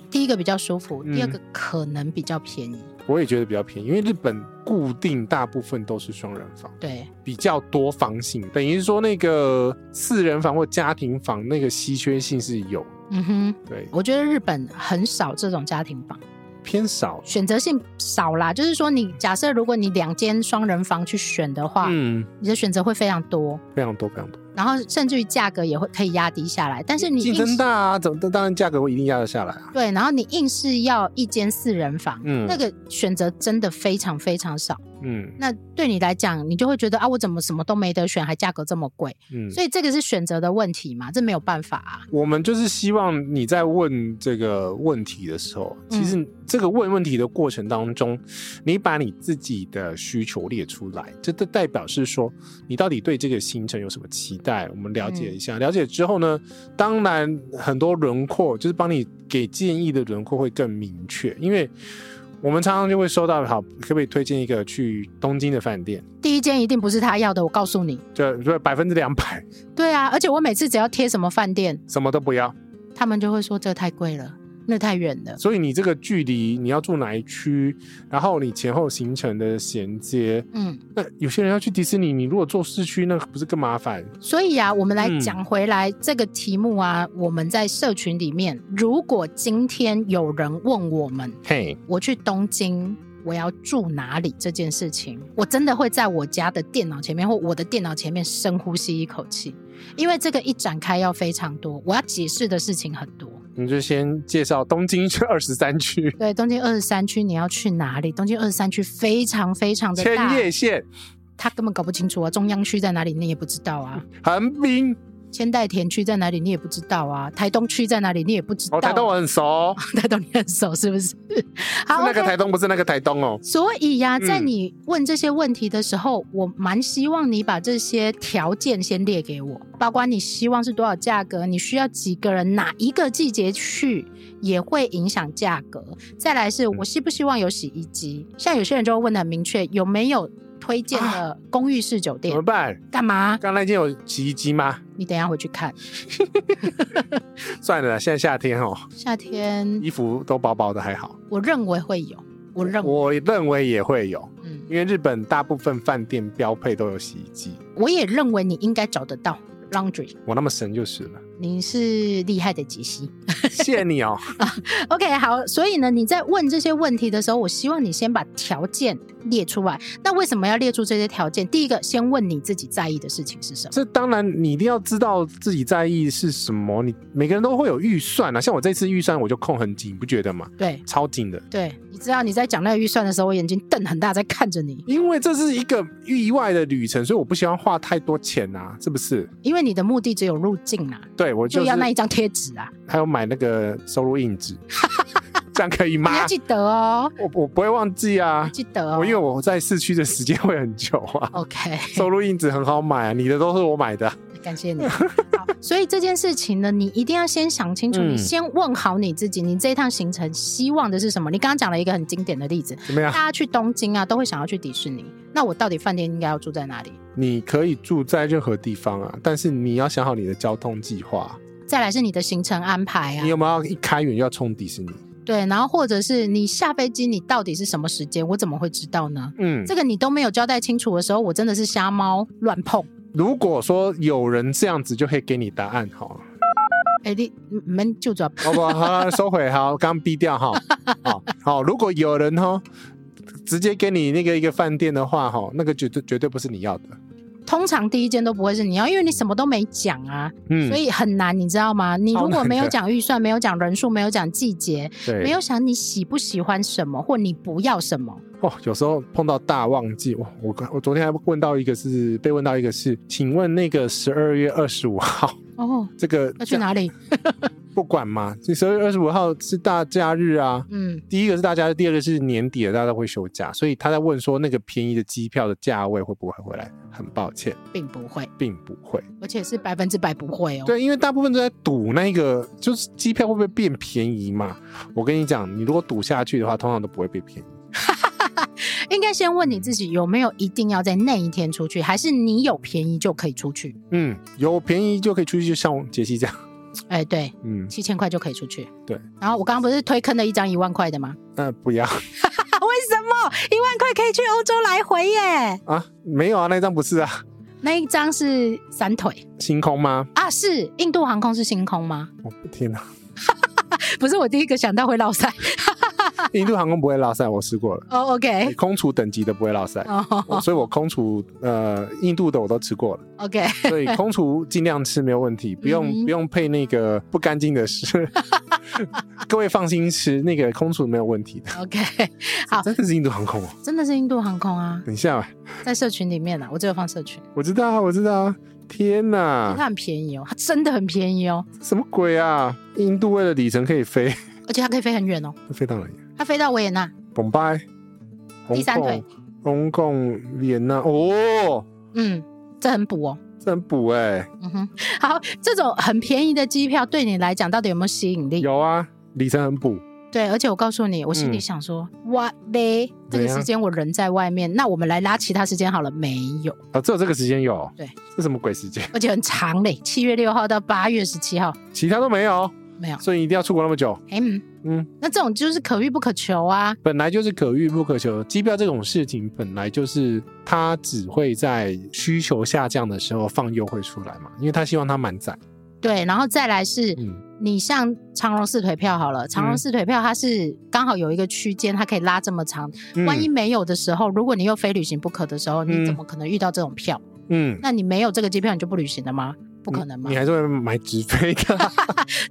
Speaker 2: 第一个比较舒服，
Speaker 3: 嗯
Speaker 2: 第二个可能比较便宜。
Speaker 3: 我也觉得比较便宜，因为日本固定大部分都是双人房，
Speaker 2: 对，
Speaker 3: 比较多房型，等于是说那个四人房或家庭房那个稀缺性是有，
Speaker 2: 嗯哼，
Speaker 3: 对，
Speaker 2: 我觉得日本很少这种家庭房，
Speaker 3: 偏少。
Speaker 2: 选择性少啦。就是说，你假设如果你两间双人房去选的话，
Speaker 3: 嗯，
Speaker 2: 你的选择会非常多，
Speaker 3: 非常多，非常多，
Speaker 2: 然后甚至于价格也会可以压低下来。但是你
Speaker 3: 竞
Speaker 2: 硬
Speaker 3: 争
Speaker 2: 是
Speaker 3: 大啊，怎么当然价格我一定压得下来啊。
Speaker 2: 对，然后你硬是要一间四人房，
Speaker 3: 嗯
Speaker 2: 那个选择真的非常非常少。
Speaker 3: 嗯
Speaker 2: 那对你来讲，你就会觉得啊，我怎么什么都没得选，还价格这么贵？
Speaker 3: 嗯，
Speaker 2: 所以这个是选择的问题嘛，这没有办法啊。
Speaker 3: 我们就是希望你在问这个问题的时候，其
Speaker 2: 嗯
Speaker 3: 实这个问问题的过程当中，你把你自己的需求列出来，这这代表是说你到底对这个行程有什么期待？我们了解一
Speaker 2: 嗯
Speaker 3: 下，了解之后呢，当然很多轮廓就是帮你给建议的轮廓会更明确，因为我们常常就会收到，好，可不可以推荐一个去东京的饭店？
Speaker 2: 第一间一定不是他要的，我告诉你。
Speaker 3: 就就百分之两百
Speaker 2: 对啊，而且我每次只要贴什么饭店，
Speaker 3: 什么都不要。
Speaker 2: 他们就会说这太贵了，那太远了。
Speaker 3: 所以你这个距离，你要住哪一区，然后你前后行程的衔接，
Speaker 2: 嗯，
Speaker 3: 那有些人要去迪士尼，你如果坐市区，那不是更麻烦？
Speaker 2: 所以啊，我们来
Speaker 3: 嗯
Speaker 2: 讲回来、这个题目啊，我们在社群里面，如果今天有人问我们，
Speaker 3: 嘿，
Speaker 2: 我去东京。我要住哪里这件事情，我真的会在我家的电脑前面或我的电脑前面深呼吸一口气，因为这个一展开要非常多，我要解释的事情很多。
Speaker 3: 你就先介绍东京二十三区
Speaker 2: 对，东京二十三区你要去哪里？东京二十三区非常非常的
Speaker 3: 千
Speaker 2: 大，
Speaker 3: 叶县
Speaker 2: 他根本搞不清楚啊，中央区在哪里你也不知道啊，
Speaker 3: 横滨，
Speaker 2: 千代田区在哪里你也不知道啊，台东区在哪里你也不知道、啊
Speaker 3: 哦，台东我很熟哦，是
Speaker 2: 台东你很熟是不 是？好
Speaker 3: 那个
Speaker 2: OK
Speaker 3: 台东，不是那个台东哦。
Speaker 2: 所以呀、
Speaker 3: 嗯
Speaker 2: 在你问这些问题的时候，我蛮希望你把这些条件先列给我，包括你希望是多少价格，你需要几个人，哪一个季节去，也会影响价格。再来
Speaker 3: 嗯
Speaker 2: 是我希不希望有洗衣机，像有些人就会问的很明确，有没有推荐的公寓式酒
Speaker 3: 怎
Speaker 2: 店
Speaker 3: 么？办？
Speaker 2: 干嘛？
Speaker 3: 刚才那间有洗衣机吗？
Speaker 2: 你等一下回去看。
Speaker 3: 算了啦，现在夏天哦，
Speaker 2: 夏天
Speaker 3: 衣服都薄薄的还好。
Speaker 2: 我认为会有，我认为，
Speaker 3: 我认为也会有，
Speaker 2: 嗯，
Speaker 3: 因为日本大部分饭店标配都有洗衣机，
Speaker 2: 我也认为你应该找得到 laundry。
Speaker 3: 我那么神就是了，
Speaker 2: 你是厉害的杰西。
Speaker 3: 谢谢你哦。
Speaker 2: OK，好，所以呢，你在问这些问题的时候，我希望你先把条件列出来。那为什么要列出这些条件？第一个，先问你自己在意的事情是什么。
Speaker 3: 这当然，你一定要知道自己在意是什么。你每个人都会有预算啊，像我这次预算我就控很紧，你不觉得吗？
Speaker 2: 对
Speaker 3: 超紧的，
Speaker 2: 对，你知道你在讲那个预算的时候，我眼睛瞪很大在看着你，
Speaker 3: 因为这是一个意外的旅程，所以我不希望花太多钱啊，是不是？
Speaker 2: 因为你的目的只有入境啊，
Speaker 3: 对我
Speaker 2: 就是要那一张贴纸啊，
Speaker 3: 还有买那个收入 印纸，这样可以吗
Speaker 2: 你？要记得哦，
Speaker 3: 我我不会忘记啊，
Speaker 2: 记得哦。
Speaker 3: 我因为我在市区的时间会很久 啊。
Speaker 2: OK，
Speaker 3: 收入印纸很好买啊，你的都是我买的啊，
Speaker 2: 感谢你。 好，所以这件事情呢，你一定要先想清楚，
Speaker 3: 嗯
Speaker 2: 你先问好你自己，你这一趟行程希望的是什么？你刚刚讲了一个很经典的例 子，
Speaker 3: 怎么样
Speaker 2: 大？家去东京啊，都会想要去迪士尼。那我到底饭店应该要住在哪里？
Speaker 3: 你可以住在任何地方啊，但是你要想好你的交通计划，啊
Speaker 2: 再来是你的行程安排啊
Speaker 3: 你，有没有一开园就要冲迪士尼？
Speaker 2: 对，然后或者是你下飞机，你到底是什么时间？我怎么会知道呢？
Speaker 3: 嗯，
Speaker 2: 这个你都没有交代清楚的时候，我真的是瞎猫乱碰。
Speaker 3: 如果说有人这样子，就可以给你答案好 了。
Speaker 2: 哎、你你们就抓
Speaker 3: 好不好？好了，收回，好，刚逼 掉哈。好，好，如果有人哈，直接给你那个一个饭店的话哈，那个绝对绝对不是你要的。
Speaker 2: 通常第一件都不会是你要，哦因为你什么都没讲啊，
Speaker 3: 嗯
Speaker 2: 所以很难，你知道吗？你如
Speaker 3: 超
Speaker 2: 果
Speaker 3: 难
Speaker 2: 没有
Speaker 3: 的
Speaker 2: 讲预算，没有讲人数，没有讲季节，
Speaker 3: 对，
Speaker 2: 没有想你喜不喜欢什么，或你不要什么，
Speaker 3: 哦，有时候碰到大旺季，哇，我刚我昨天还问到一个是被问到一个是，请问那个十二月二十五号
Speaker 2: 哦，
Speaker 3: 这个
Speaker 2: 要去哪里？
Speaker 3: 不管吗？这十二月二十五号是大假日啊。
Speaker 2: 嗯，
Speaker 3: 第一个是大假日，第二个是年底了，大家都会休假，所以他在问说那个便宜的机票的价位会不会回来？很抱歉，
Speaker 2: 并不会，
Speaker 3: 并不会。
Speaker 2: 而且是百分之百不会哦。
Speaker 3: 对，因为大部分都在赌那个，就是机票会不会变便宜嘛？我跟你讲，你如果赌下去的话，通常都不会被便宜。
Speaker 2: 应该先问你自己有没有一定要在那一天出去，还是你有便宜就可以出去？
Speaker 3: 嗯，有便宜就可以出去，就像杰西这样。
Speaker 2: 哎、对，
Speaker 3: 嗯，
Speaker 2: 七千块就可以出去。
Speaker 3: 对。
Speaker 2: 然后我刚刚不是推坑了一张一万块的吗？
Speaker 3: 那、不要
Speaker 2: 啊，为什么一万块可以去欧洲来回耶？
Speaker 3: 啊，没有啊，那张不是啊，
Speaker 2: 那一张是散腿
Speaker 3: 星空吗？
Speaker 2: 啊，是印度航空是星空吗？
Speaker 3: 我、天哪，
Speaker 2: 不是我第一个想到会落塞。
Speaker 3: 印度航空不会落赛，我试过了，
Speaker 2: 哦，OK，
Speaker 3: 空厨等级的不会落赛。
Speaker 2: 哦
Speaker 3: 我所以，我空厨呃，印度的我都吃过了，
Speaker 2: ，OK，
Speaker 3: 所以空厨尽量吃没有问题，不用、
Speaker 2: 嗯
Speaker 3: 不用配那个不干净的 食。各位放心吃，那个空厨没有问题的，
Speaker 2: OK，
Speaker 3: 真的是印度航空哦。
Speaker 2: 真的是印度航空啊，
Speaker 3: 等一下吧，
Speaker 2: 在社群里面啊，我只有放社群，
Speaker 3: 我知道啊，我知道啊。天
Speaker 2: 它
Speaker 3: 哪，
Speaker 2: 很便宜哦，它真的很便宜哦，
Speaker 3: 什么鬼啊！印度为了里程可以飞，
Speaker 2: 而且它可以飞很远哦，
Speaker 3: 飞到哪里？
Speaker 2: 它飞到维也纳，
Speaker 3: 蒙拜、
Speaker 2: 第三腿、
Speaker 3: 红贡、维也纳。哦，
Speaker 2: 嗯，这很补哦。
Speaker 3: 这很补哎、
Speaker 2: 嗯哼，好，这种很便宜的机票对你来讲到底有没有吸引力？
Speaker 3: 有啊，里程很补。
Speaker 2: 对，而且我告诉你，我心里
Speaker 3: 嗯
Speaker 2: 想说，哇嘞，这个
Speaker 3: 怎样
Speaker 2: 时间我人在外面，那我们来拉其他时间好了，没有，
Speaker 3: 啊，只有这个时间有。
Speaker 2: 对，
Speaker 3: 这什么鬼时间？
Speaker 2: 而且很长嘞，七月六号到八月十七号，
Speaker 3: 其他都没有，
Speaker 2: 没有，
Speaker 3: 所以一定要出国那么久。
Speaker 2: 哎嗯
Speaker 3: 嗯，
Speaker 2: 那这种就是可遇不可求啊，
Speaker 3: 本来就是可遇不可求，机票这种事情本来就是它只会在需求下降的时候放优惠出来嘛，因为他希望它满载。
Speaker 2: 对，然后再来是，
Speaker 3: 嗯
Speaker 2: 你像长荣四腿票好了，长荣
Speaker 3: 嗯
Speaker 2: 四腿票它是刚好有一个区间，它可以拉这么长。
Speaker 3: 嗯
Speaker 2: 万一没有的时候，如果你又非旅行不可的时候，你
Speaker 3: 嗯
Speaker 2: 怎么可能遇到这种票？
Speaker 3: 嗯，
Speaker 2: 那你没有这个机票，你就不旅行了吗？不可能吗
Speaker 3: 你你？还是会买直 飞的。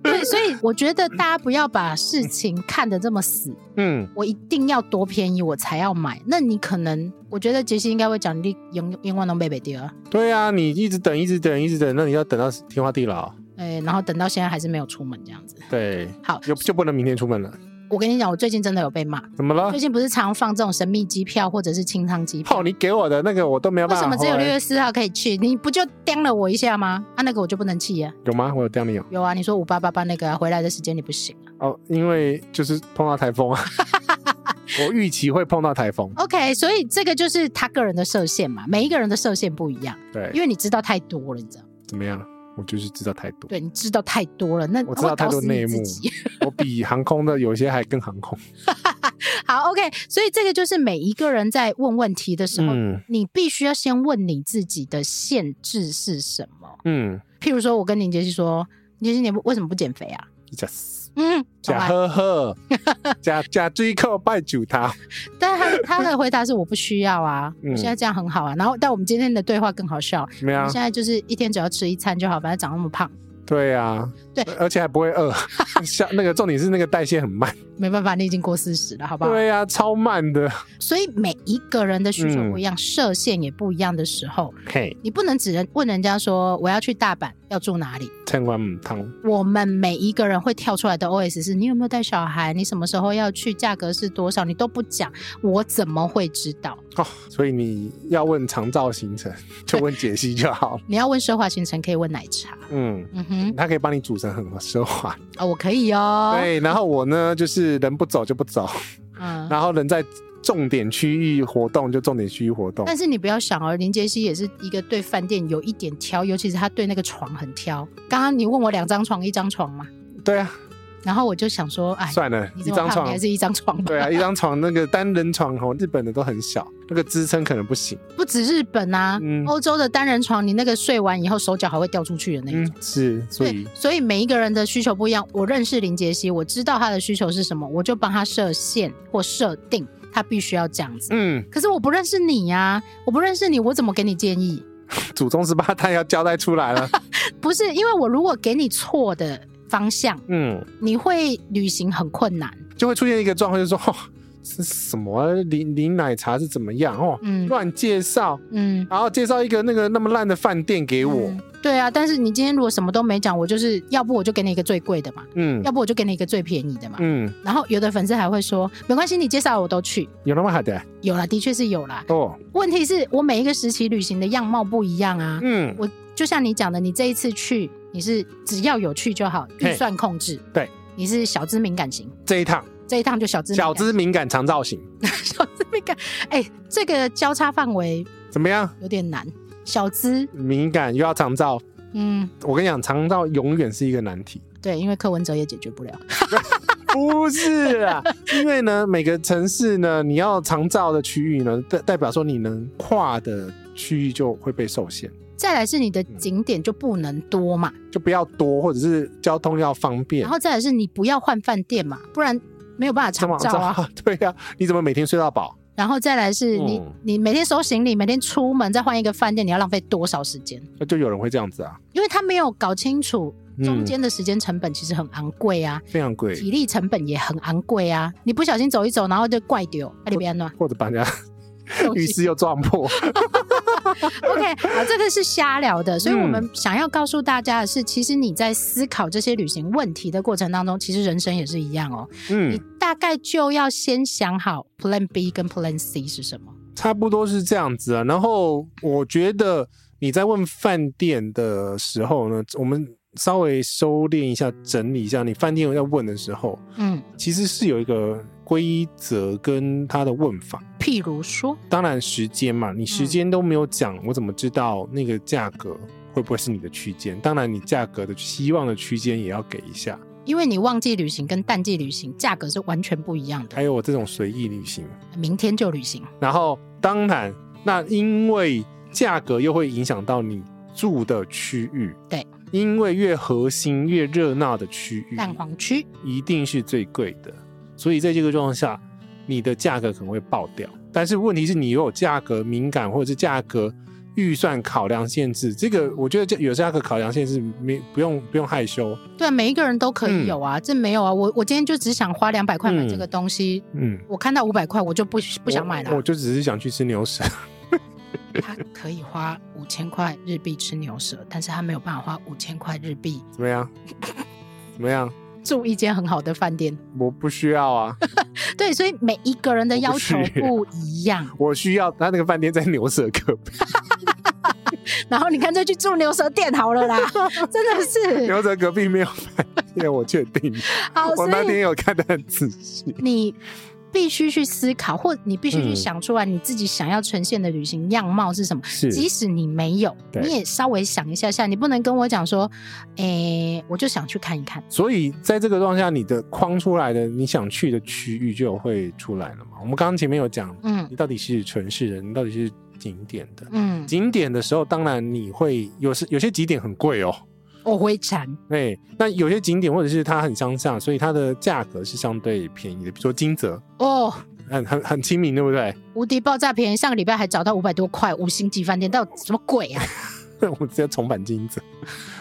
Speaker 2: 对，所以我觉得大家不要把事情看得这么死，
Speaker 3: 嗯，
Speaker 2: 我一定要多便宜我才要买。那你可能，我觉得杰西应该会讲你永永远都没北丢，
Speaker 3: 对啊，你一直等，一直等，一直等，那你要等到天荒地老。
Speaker 2: 哎，然后等到现在还是没有出门这样子。
Speaker 3: 对，
Speaker 2: 好，
Speaker 3: 就就不能明天出门了。
Speaker 2: 我跟你讲，我最近真的有被骂，
Speaker 3: 怎么了
Speaker 2: 最？近不是常放这种神秘机票或者是清仓机票
Speaker 3: 泡。你给我的那个我都没有
Speaker 2: 为
Speaker 3: 办法
Speaker 2: 什
Speaker 3: 还。
Speaker 2: 么只有六月四号可以去？你不就刁了我一下吗？啊，那个我就不能去呀、
Speaker 3: 有吗？我有掉你哦。
Speaker 2: 有啊，你说五八八八那个啊、回来的时间你不行啊、
Speaker 3: 哦，因为就是碰到台风 啊，我预期会碰到台风。
Speaker 2: OK，所以这个就是他个人的射线嘛，每一个人的射线不一样，因
Speaker 3: 对，
Speaker 2: 为你知道太多了，你知道？
Speaker 3: 怎么样？我就是知道太多，
Speaker 2: 对，你知道太多了，那
Speaker 3: 我知道
Speaker 2: 会
Speaker 3: 太
Speaker 2: 搞
Speaker 3: 多
Speaker 2: 死你
Speaker 3: 内幕
Speaker 2: 自己。，
Speaker 3: 我比航空的有些还更航空。
Speaker 2: 好，OK，所以这个就是每一个人在问问题的时候，
Speaker 3: 嗯
Speaker 2: 你必须要先问你自己的限制是什么。
Speaker 3: 嗯
Speaker 2: 譬如说，我跟林杰西说，林杰西，你为什么不减肥啊？
Speaker 3: ，yes，
Speaker 2: 嗯，好
Speaker 3: 假
Speaker 2: 吧。
Speaker 3: 呵 呵，假假追扣拜主他，
Speaker 2: 但他他的回答是我不需要啊，
Speaker 3: 嗯啊
Speaker 2: 我现在这样很好啊。然后，但我们今天的对话更好笑，
Speaker 3: 怎么
Speaker 2: 我
Speaker 3: 样
Speaker 2: 们？现在就是一天只要吃一餐就好，反正长那么胖，
Speaker 3: 对啊，
Speaker 2: 对
Speaker 3: 而且还不会 饿。像那个重点是那个代谢很慢，
Speaker 2: 没办法，你已经过四十了，好不好？
Speaker 3: 对啊，超慢的。
Speaker 2: 所以每一个人的需求不一样，设限也不一样的时候，
Speaker 3: 嘿，
Speaker 2: 你不能只能问人家说我要去大阪，要住哪里。
Speaker 3: 餐馆母汤，
Speaker 2: 我们每一个人会跳出来的 OS 是：你有没有带小孩？你什么时候要去？价格是多少？你都不讲，我怎么会知道？
Speaker 3: 哦，所以你要问长照行程，就问解析就好了。
Speaker 2: 你要问奢华行程，可以问奶茶。
Speaker 3: 嗯，
Speaker 2: 嗯哼，
Speaker 3: 他可以帮你组成很奢华。
Speaker 2: 哦，我可以哦。
Speaker 3: 对，然后我呢，就是人不走就不走，
Speaker 2: 嗯，
Speaker 3: 然后人在重点区域活动就重点区域活动。
Speaker 2: 但是你不要想哦，林杰西也是一个对饭店有一点挑，尤其是他对那个床很挑。刚刚你问我两张床，一张床嘛，
Speaker 3: 对啊，
Speaker 2: 然后我就想说，哎，
Speaker 3: 算了，
Speaker 2: 你
Speaker 3: 一
Speaker 2: 这么
Speaker 3: 张
Speaker 2: 胖，你
Speaker 3: 床
Speaker 2: 还。是一张床吧。
Speaker 3: 对啊，一张床那个单人床哦，日本的都很小，那个支撑可能不行。
Speaker 2: 不止日本啊
Speaker 3: 嗯，
Speaker 2: 欧、洲的单人床，你那个睡完以后手脚还会掉出去的那一
Speaker 3: 嗯
Speaker 2: 种。，
Speaker 3: 是，所以
Speaker 2: 对，所以每一个人的需求不一样。我认识林杰西，我知道他的需求是什么，我就帮他设限或设定，他必须要这样子。
Speaker 3: 嗯，
Speaker 2: 可是我不认识你呀、我不认识你，我怎么给你建议？
Speaker 3: 祖宗十八代要交代出 来了。
Speaker 2: 不是因为我如果给你错的方向，
Speaker 3: 嗯，
Speaker 2: 你会旅行很困难。
Speaker 3: 就会出现一个状况，就是说，哦，是什么啊零零奶茶是怎么样哦，
Speaker 2: 嗯
Speaker 3: 乱介绍，
Speaker 2: 嗯，
Speaker 3: 然后介绍一个那个那么烂的饭店给我，
Speaker 2: 嗯对啊，但是你今天如果什么都没讲，我就是要不我就给你一个最贵的嘛，
Speaker 3: 嗯
Speaker 2: 要不我就给你一个最便宜的嘛。
Speaker 3: 嗯，
Speaker 2: 然后有的粉丝还会说，没关系，你介绍我都去。
Speaker 3: 有那么好的
Speaker 2: 有啦，的确是有啦。
Speaker 3: 哦，
Speaker 2: 问题是我每一个时期旅行的样貌不一样啊。
Speaker 3: 嗯，
Speaker 2: 我就像你讲的，你这一次去，你是只要有去就好，
Speaker 3: 嘿
Speaker 2: 预算控制。
Speaker 3: 对，
Speaker 2: 你是小资敏感型，
Speaker 3: 这一趟
Speaker 2: 这一趟就小资敏感
Speaker 3: 小资敏感长造型
Speaker 2: 小资敏感。哎、这个交叉范围
Speaker 3: 怎么样？
Speaker 2: 有点难。小资，
Speaker 3: 敏感又要长照，
Speaker 2: 嗯，
Speaker 3: 我跟你讲，长照永远是一个难题。
Speaker 2: 对，因为柯文哲也解决不了。
Speaker 3: 不是 啊，因为呢，每个城市呢，你要长照的区域呢，代代表说你能跨的区域就会被受限，
Speaker 2: 再来是你的景点就不能多嘛，
Speaker 3: 就不要多，或者是交通要方便
Speaker 2: 然。后再来是你不要换饭店嘛，不然没有办法
Speaker 3: 怎么
Speaker 2: 长照啊。？
Speaker 3: 对呀、你怎么每天睡到饱？
Speaker 2: 然后再来是你、
Speaker 3: 嗯
Speaker 2: 你每天收行李，每天出门再换一个饭店，你要浪费多少时间？
Speaker 3: 那就有人会这样子啊，
Speaker 2: 因为他没有搞清楚
Speaker 3: 嗯
Speaker 2: 中间的时间成本其实很昂贵啊，
Speaker 3: 非常贵，
Speaker 2: 体力成本也很昂贵啊。你不小心走一走，然后就怪丢，那里 边暖啊
Speaker 3: 或者把人家
Speaker 2: 东
Speaker 3: 浴
Speaker 2: 西。
Speaker 3: 室又撞破。
Speaker 2: OK，好，这个是瞎聊的，所以我
Speaker 3: 嗯
Speaker 2: 们想要告诉大家的是，其实你在思考这些旅行问题的过程当中，其实人生也是一样哦。你
Speaker 3: 嗯，
Speaker 2: 大概就要先想好 Plan B 跟 Plan C 是什么。
Speaker 3: 差不多是这样子啊。然后我觉得你在问饭店的时候呢，我们稍微收敛一下，整理一下你饭店要问的时候，
Speaker 2: 嗯，
Speaker 3: 其实是有一个规则跟它的问法。
Speaker 2: 譬如说，
Speaker 3: 当然时间嘛，你时间都没有讲，我怎么知道那个价格会不会是你的区间？当然，你价格的希望的区间也要给一下。
Speaker 2: 因为你旺季旅行跟淡季旅行价格是完全不一样的，
Speaker 3: 还有我这种随意旅行，
Speaker 2: 明天就旅行。
Speaker 3: 然后当然，那因为价格又会影响到你住的区域，
Speaker 2: 对，
Speaker 3: 因为越核心越热闹的区域，
Speaker 2: 蛋黄区，
Speaker 3: 一定是最贵的，所以在这个状况下，你的价格可能会爆掉。但是问题是你又有价格敏感或者是价格预算考量限制，这个我觉得这有价格考量限制没不用不用害羞，
Speaker 2: 对啊，每一个人都可以
Speaker 3: 嗯
Speaker 2: 有啊，这没有啊。我我今天就只想花两百块买这个东西，
Speaker 3: 嗯，
Speaker 2: 我看到五百块我就不不想买
Speaker 3: 我，
Speaker 2: 了
Speaker 3: 我。就只是想去吃牛舌，
Speaker 2: 他可以花五千块日币吃牛舌，但是他没有办法花五千块日币
Speaker 3: 怎么样？怎么样？
Speaker 2: 住一间很好的饭店。
Speaker 3: 我不需要啊，
Speaker 2: 对，所以每一个人的要求
Speaker 3: 我不是
Speaker 2: 不一样。
Speaker 3: 我需要他那个饭店在牛舌隔壁，
Speaker 2: 然后你干脆去住牛舌店好 了啦，真的是
Speaker 3: 牛舌隔壁没有饭 店，我确定。
Speaker 2: 好，
Speaker 3: 我
Speaker 2: 哦所
Speaker 3: 那
Speaker 2: 以
Speaker 3: 天有看得很仔细，
Speaker 2: 你必须去思考，或你必须去
Speaker 3: 嗯
Speaker 2: 想出来你自己想要呈现的旅行样貌是什么。
Speaker 3: 是
Speaker 2: 即使你没有，
Speaker 3: 对
Speaker 2: 你也稍微想一下下，你不能跟我讲说，诶、我就想去看一看。
Speaker 3: 所以在这个状况下，你的框出来的你想去的区域就会出来了嘛。我们刚刚前面有讲，
Speaker 2: 嗯
Speaker 3: 你到底是城市人，你到底是景点的。
Speaker 2: 嗯，
Speaker 3: 景点的时候，当然你会有时有些景点很贵哦，
Speaker 2: 我会馋。
Speaker 3: 哎，那有些景点或者是它很乡下，所以它的价格是相对便宜的，比如说金泽，
Speaker 2: 哦，
Speaker 3: 很很很亲民，对不对？
Speaker 2: 无敌爆炸便宜，上个礼拜还找到五百多块五星级饭店，到底什么鬼啊？
Speaker 3: 我直接重返金泽，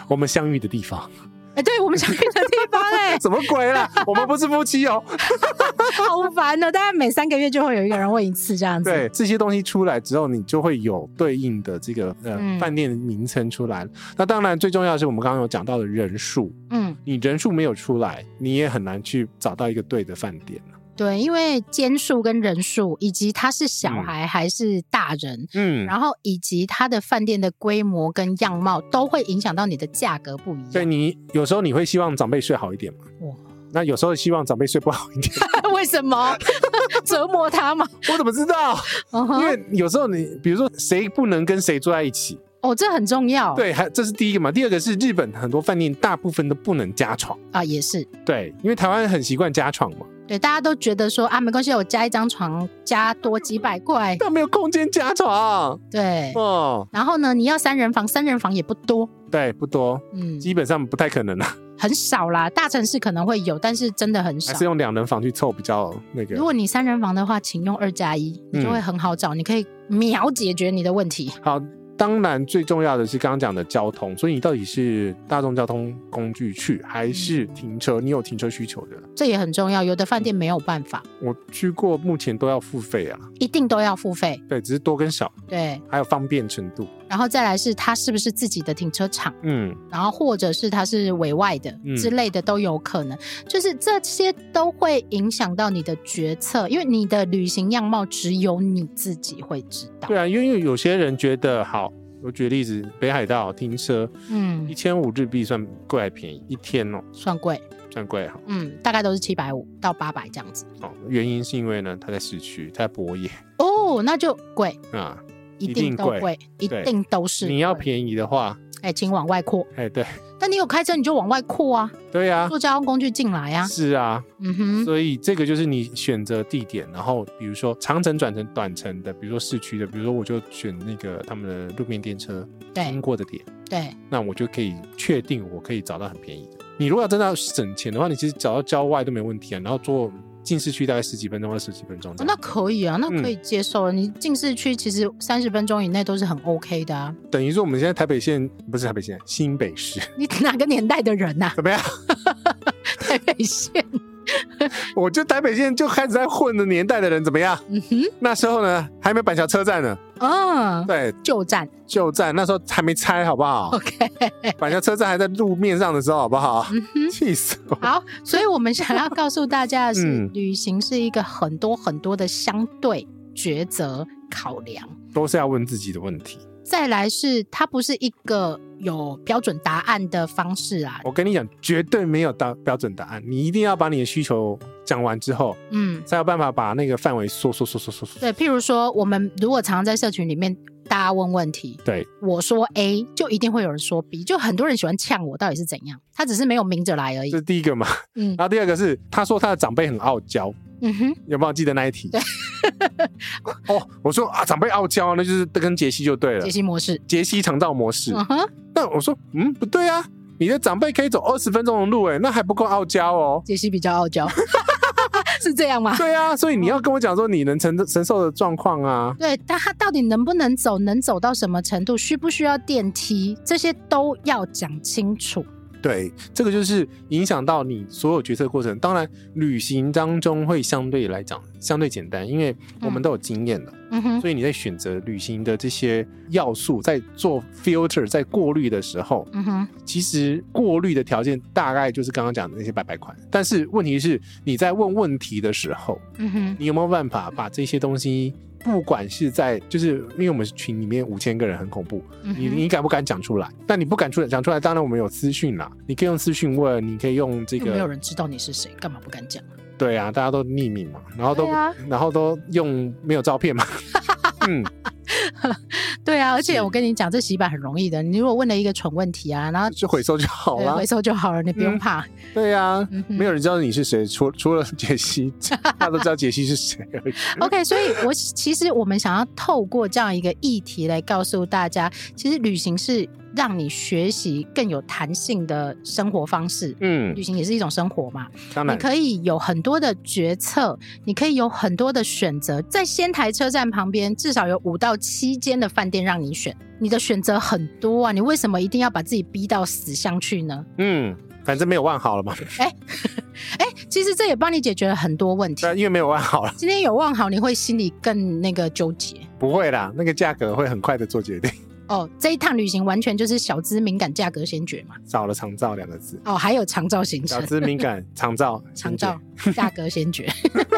Speaker 3: 我们相遇的地方，
Speaker 2: 哎、对我们想去的地方、哎，
Speaker 3: 什么鬼啦？我们不是夫妻哦。
Speaker 2: 好烦哦！大概每三个月就会有一个人问一次这样子。
Speaker 3: 对，这些东西出来之后，你就会有对应的这个呃
Speaker 2: 嗯
Speaker 3: 饭店名称出来了。那当然，最重要的是我们刚刚有讲到的人数，
Speaker 2: 嗯，
Speaker 3: 你人数没有出来，你也很难去找到一个对的饭店了
Speaker 2: 对，因为间数跟人数，以及他是小孩还是大人，
Speaker 3: 嗯，
Speaker 2: 然后以及他的饭店的规模跟样貌，都会影响到你的价格不一
Speaker 3: 所以
Speaker 2: 样。
Speaker 3: 你有时候你会希望长辈睡好一点嘛
Speaker 2: 哇。
Speaker 3: 那有时候希望长辈睡不好一点，
Speaker 2: 为什么 折磨他嘛？
Speaker 3: 我怎么知道？
Speaker 2: 嗯
Speaker 3: 因
Speaker 2: 哼
Speaker 3: 为有时候你，比如说谁不能跟谁坐在一起，
Speaker 2: 哦，这很重要。
Speaker 3: 对，还这是第一个嘛。第二个是日本很多饭店大部分都不能加床，
Speaker 2: 啊，也是。
Speaker 3: 对，因为台湾很习惯加床嘛，
Speaker 2: 对，大家都觉得说啊，没关系，我加一张床，加多几百块。
Speaker 3: 但没有空间加床，
Speaker 2: 对，
Speaker 3: 哦，
Speaker 2: 然后呢，你要三人房，三人房也不多，
Speaker 3: 对，不多，
Speaker 2: 嗯，
Speaker 3: 基本上不太可能啊啦，
Speaker 2: 很少啦。大城市可能会有，但是真的很少
Speaker 3: 还。是用两人房去凑比较那个
Speaker 2: 如。果你三人房的话，请用二加一，你就会很好找，你可以秒解决你的问题。
Speaker 3: 好，当然最重要的是刚刚讲的交通，所以你到底是大众交通工具去，还是停车？你有停车需求的。
Speaker 2: 这也很重要。有的饭店没有办法，
Speaker 3: 我去过，目前都要付费啊，
Speaker 2: 一定都要付费。
Speaker 3: 对，只是多跟少，
Speaker 2: 对，
Speaker 3: 还有方便程度。
Speaker 2: 然后再来是它是不是自己的停车场，
Speaker 3: 嗯，
Speaker 2: 然后或者是它是委外的
Speaker 3: 嗯
Speaker 2: 之类的都有可能，就是这些都会影响到你的决策，因为你的旅行样貌只有你自己会知道。
Speaker 3: 对啊，因为有些人觉得好，我举例子，北海道停车一
Speaker 2: 嗯，
Speaker 3: 千五日币算贵还便宜？一天哦，
Speaker 2: 算贵，
Speaker 3: 算贵哈。
Speaker 2: 嗯，大概都是七百五到八百这样子。
Speaker 3: 哦，原因是因为呢，它在市区，它在博野
Speaker 2: 哦，那就贵，
Speaker 3: 啊。
Speaker 2: 一
Speaker 3: 一定
Speaker 2: 定都
Speaker 3: 贵
Speaker 2: 贵，一
Speaker 3: 对
Speaker 2: 定都是
Speaker 3: 你要
Speaker 2: 贵
Speaker 3: 便宜的话，
Speaker 2: 哎，请往外扩。
Speaker 3: 哎，对
Speaker 2: 但你有开车，你就往外扩啊，
Speaker 3: 对啊，
Speaker 2: 坐交通工具进来啊。
Speaker 3: 是啊，
Speaker 2: 嗯哼，
Speaker 3: 所以这个就是你选择地点，然后比如说长程转成短程的，比如说市区的，比如说我就选那个他们的路面电车经
Speaker 2: 对
Speaker 3: 过的点，
Speaker 2: 对，
Speaker 3: 那我就可以确定我可以找到很便宜的。你如果要真的要省钱的话，你其实找到郊外都没问题啊，然后坐进市区大概十几分钟、二十几分钟这
Speaker 2: 哦
Speaker 3: 样。
Speaker 2: 那可以啊，那可
Speaker 3: 嗯
Speaker 2: 以接受了。你进市区其实三十分钟以内都是很 OK 的啊。
Speaker 3: 等于说我们现在台北县不是台北县，新北市
Speaker 2: 你 哪个年代的人呐、啊
Speaker 3: 怎么样？
Speaker 2: 台北县，
Speaker 3: 我就台北县就开始在混的年代的人怎么样？
Speaker 2: 嗯哼，
Speaker 3: 那时候呢还没有板桥车站呢，
Speaker 2: 嗯，
Speaker 3: 对，
Speaker 2: 旧站
Speaker 3: 旧站那时候还没拆，好不好？
Speaker 2: ，OK，
Speaker 3: 板桥车站还在路面上的时候，好不好？
Speaker 2: 嗯哼。
Speaker 3: 气死我！
Speaker 2: 好，所以我们想要告诉大家的是，
Speaker 3: 嗯
Speaker 2: 旅行是一个很多很多的相对抉择考量。
Speaker 3: 都是要问自己的问题。
Speaker 2: 再来是它不是一个有标准答案的方式啊，
Speaker 3: 我跟你讲，绝对没有答标准答案，你一定要把你的需求讲完之后，
Speaker 2: 嗯，
Speaker 3: 才有办法把那个范围缩缩缩缩缩缩。
Speaker 2: 对，譬如说，我们如果常常在社群里面大家问问题，
Speaker 3: 对
Speaker 2: 我说 A，就一定会有人说 B，就很多人喜欢呛我到底是怎样，他只是没有明着来而已
Speaker 3: 这。是第一个嘛。
Speaker 2: 嗯
Speaker 3: 然后第二个是，他说他的长辈很傲娇，
Speaker 2: 嗯哼，
Speaker 3: 有没有记得那一题？ 哦，我说啊，长辈傲娇，那就是跟杰西就对了
Speaker 2: 解，析模式，
Speaker 3: 杰西肠道模式。
Speaker 2: 嗯哼，
Speaker 3: 但我说，嗯，不对啊，你的长辈可以走二十分钟的路，哎，那还不够傲娇哦。
Speaker 2: 解析比较傲 娇，是这样吗？
Speaker 3: 对啊，所以你要跟我讲说你能承承受的状况啊，
Speaker 2: 对，但他到底能不能走，能走到什么程度，需不需要电梯，这些都要讲清楚。
Speaker 3: 对，这个就是影响到你所有决策过程。当然，旅行当中会相对来讲相对简单，因为我们都有经验了，
Speaker 2: 嗯哼，
Speaker 3: 所以你在选择旅行的这些要素，在做 filter 在过滤的时候，
Speaker 2: 嗯哼，
Speaker 3: 其实过滤的条件大概就是刚刚讲的那些白白款。但是问题是，你在问问题的时候，
Speaker 2: 嗯哼，
Speaker 3: 你有没有办法把这些东西？不管是在，就是因为我们群里面五千个人很恐怖，
Speaker 2: 嗯
Speaker 3: 你
Speaker 2: 哼，
Speaker 3: 你敢不敢讲出来？但你不敢出来讲出来，当然我们有私讯啦，你可以用私讯问，你可以用这
Speaker 2: 又没有
Speaker 3: 个，
Speaker 2: 人知道你是谁，干嘛不敢 讲？
Speaker 3: 对啊，大家都匿名嘛，然后都、
Speaker 2: 对啊
Speaker 3: 然后都用没有照 片嘛，嗯，
Speaker 2: 对啊，而且
Speaker 3: 是
Speaker 2: 我跟你讲，这洗版很容易的。你如果问了一个蠢问题啊，然后
Speaker 3: 就回收就好
Speaker 2: 对，
Speaker 3: 啦
Speaker 2: 回。收就好了，你不用
Speaker 3: 嗯
Speaker 2: 怕。
Speaker 3: 对啊，
Speaker 2: 嗯哼
Speaker 3: 没有人知道你是谁，除除了杰西， 大家都知道杰西是谁而已。
Speaker 2: OK，所以我其实我们想要透过这样一个议题来告诉大家，其实旅行是让你学习更有弹性的生活方式。
Speaker 3: 嗯
Speaker 2: 旅，行也是一种生活嘛，
Speaker 3: 当
Speaker 2: 你
Speaker 3: 然，
Speaker 2: 可以有很多的决策，你可以有很多的选择。在仙台车站旁边，至少有五到七间的饭店让你选，你的选择很多啊，你为什么一定要把自己逼到死巷去呢？
Speaker 3: 嗯，反正没有万好了嘛，
Speaker 2: 哎，其实这也帮你解决了很多问题
Speaker 3: 但。 因为没有万好了，
Speaker 2: 今天有望好，你会心里更那个纠结
Speaker 3: 不会啦，那个价格会很快的做决定，
Speaker 2: 哦。这一趟旅行完全就是小资敏感价格先决嘛。
Speaker 3: 少了长照两个 字，
Speaker 2: 哦，还有长照行
Speaker 3: 小
Speaker 2: 程，
Speaker 3: 资敏 感，长照，
Speaker 2: 长照价格先决。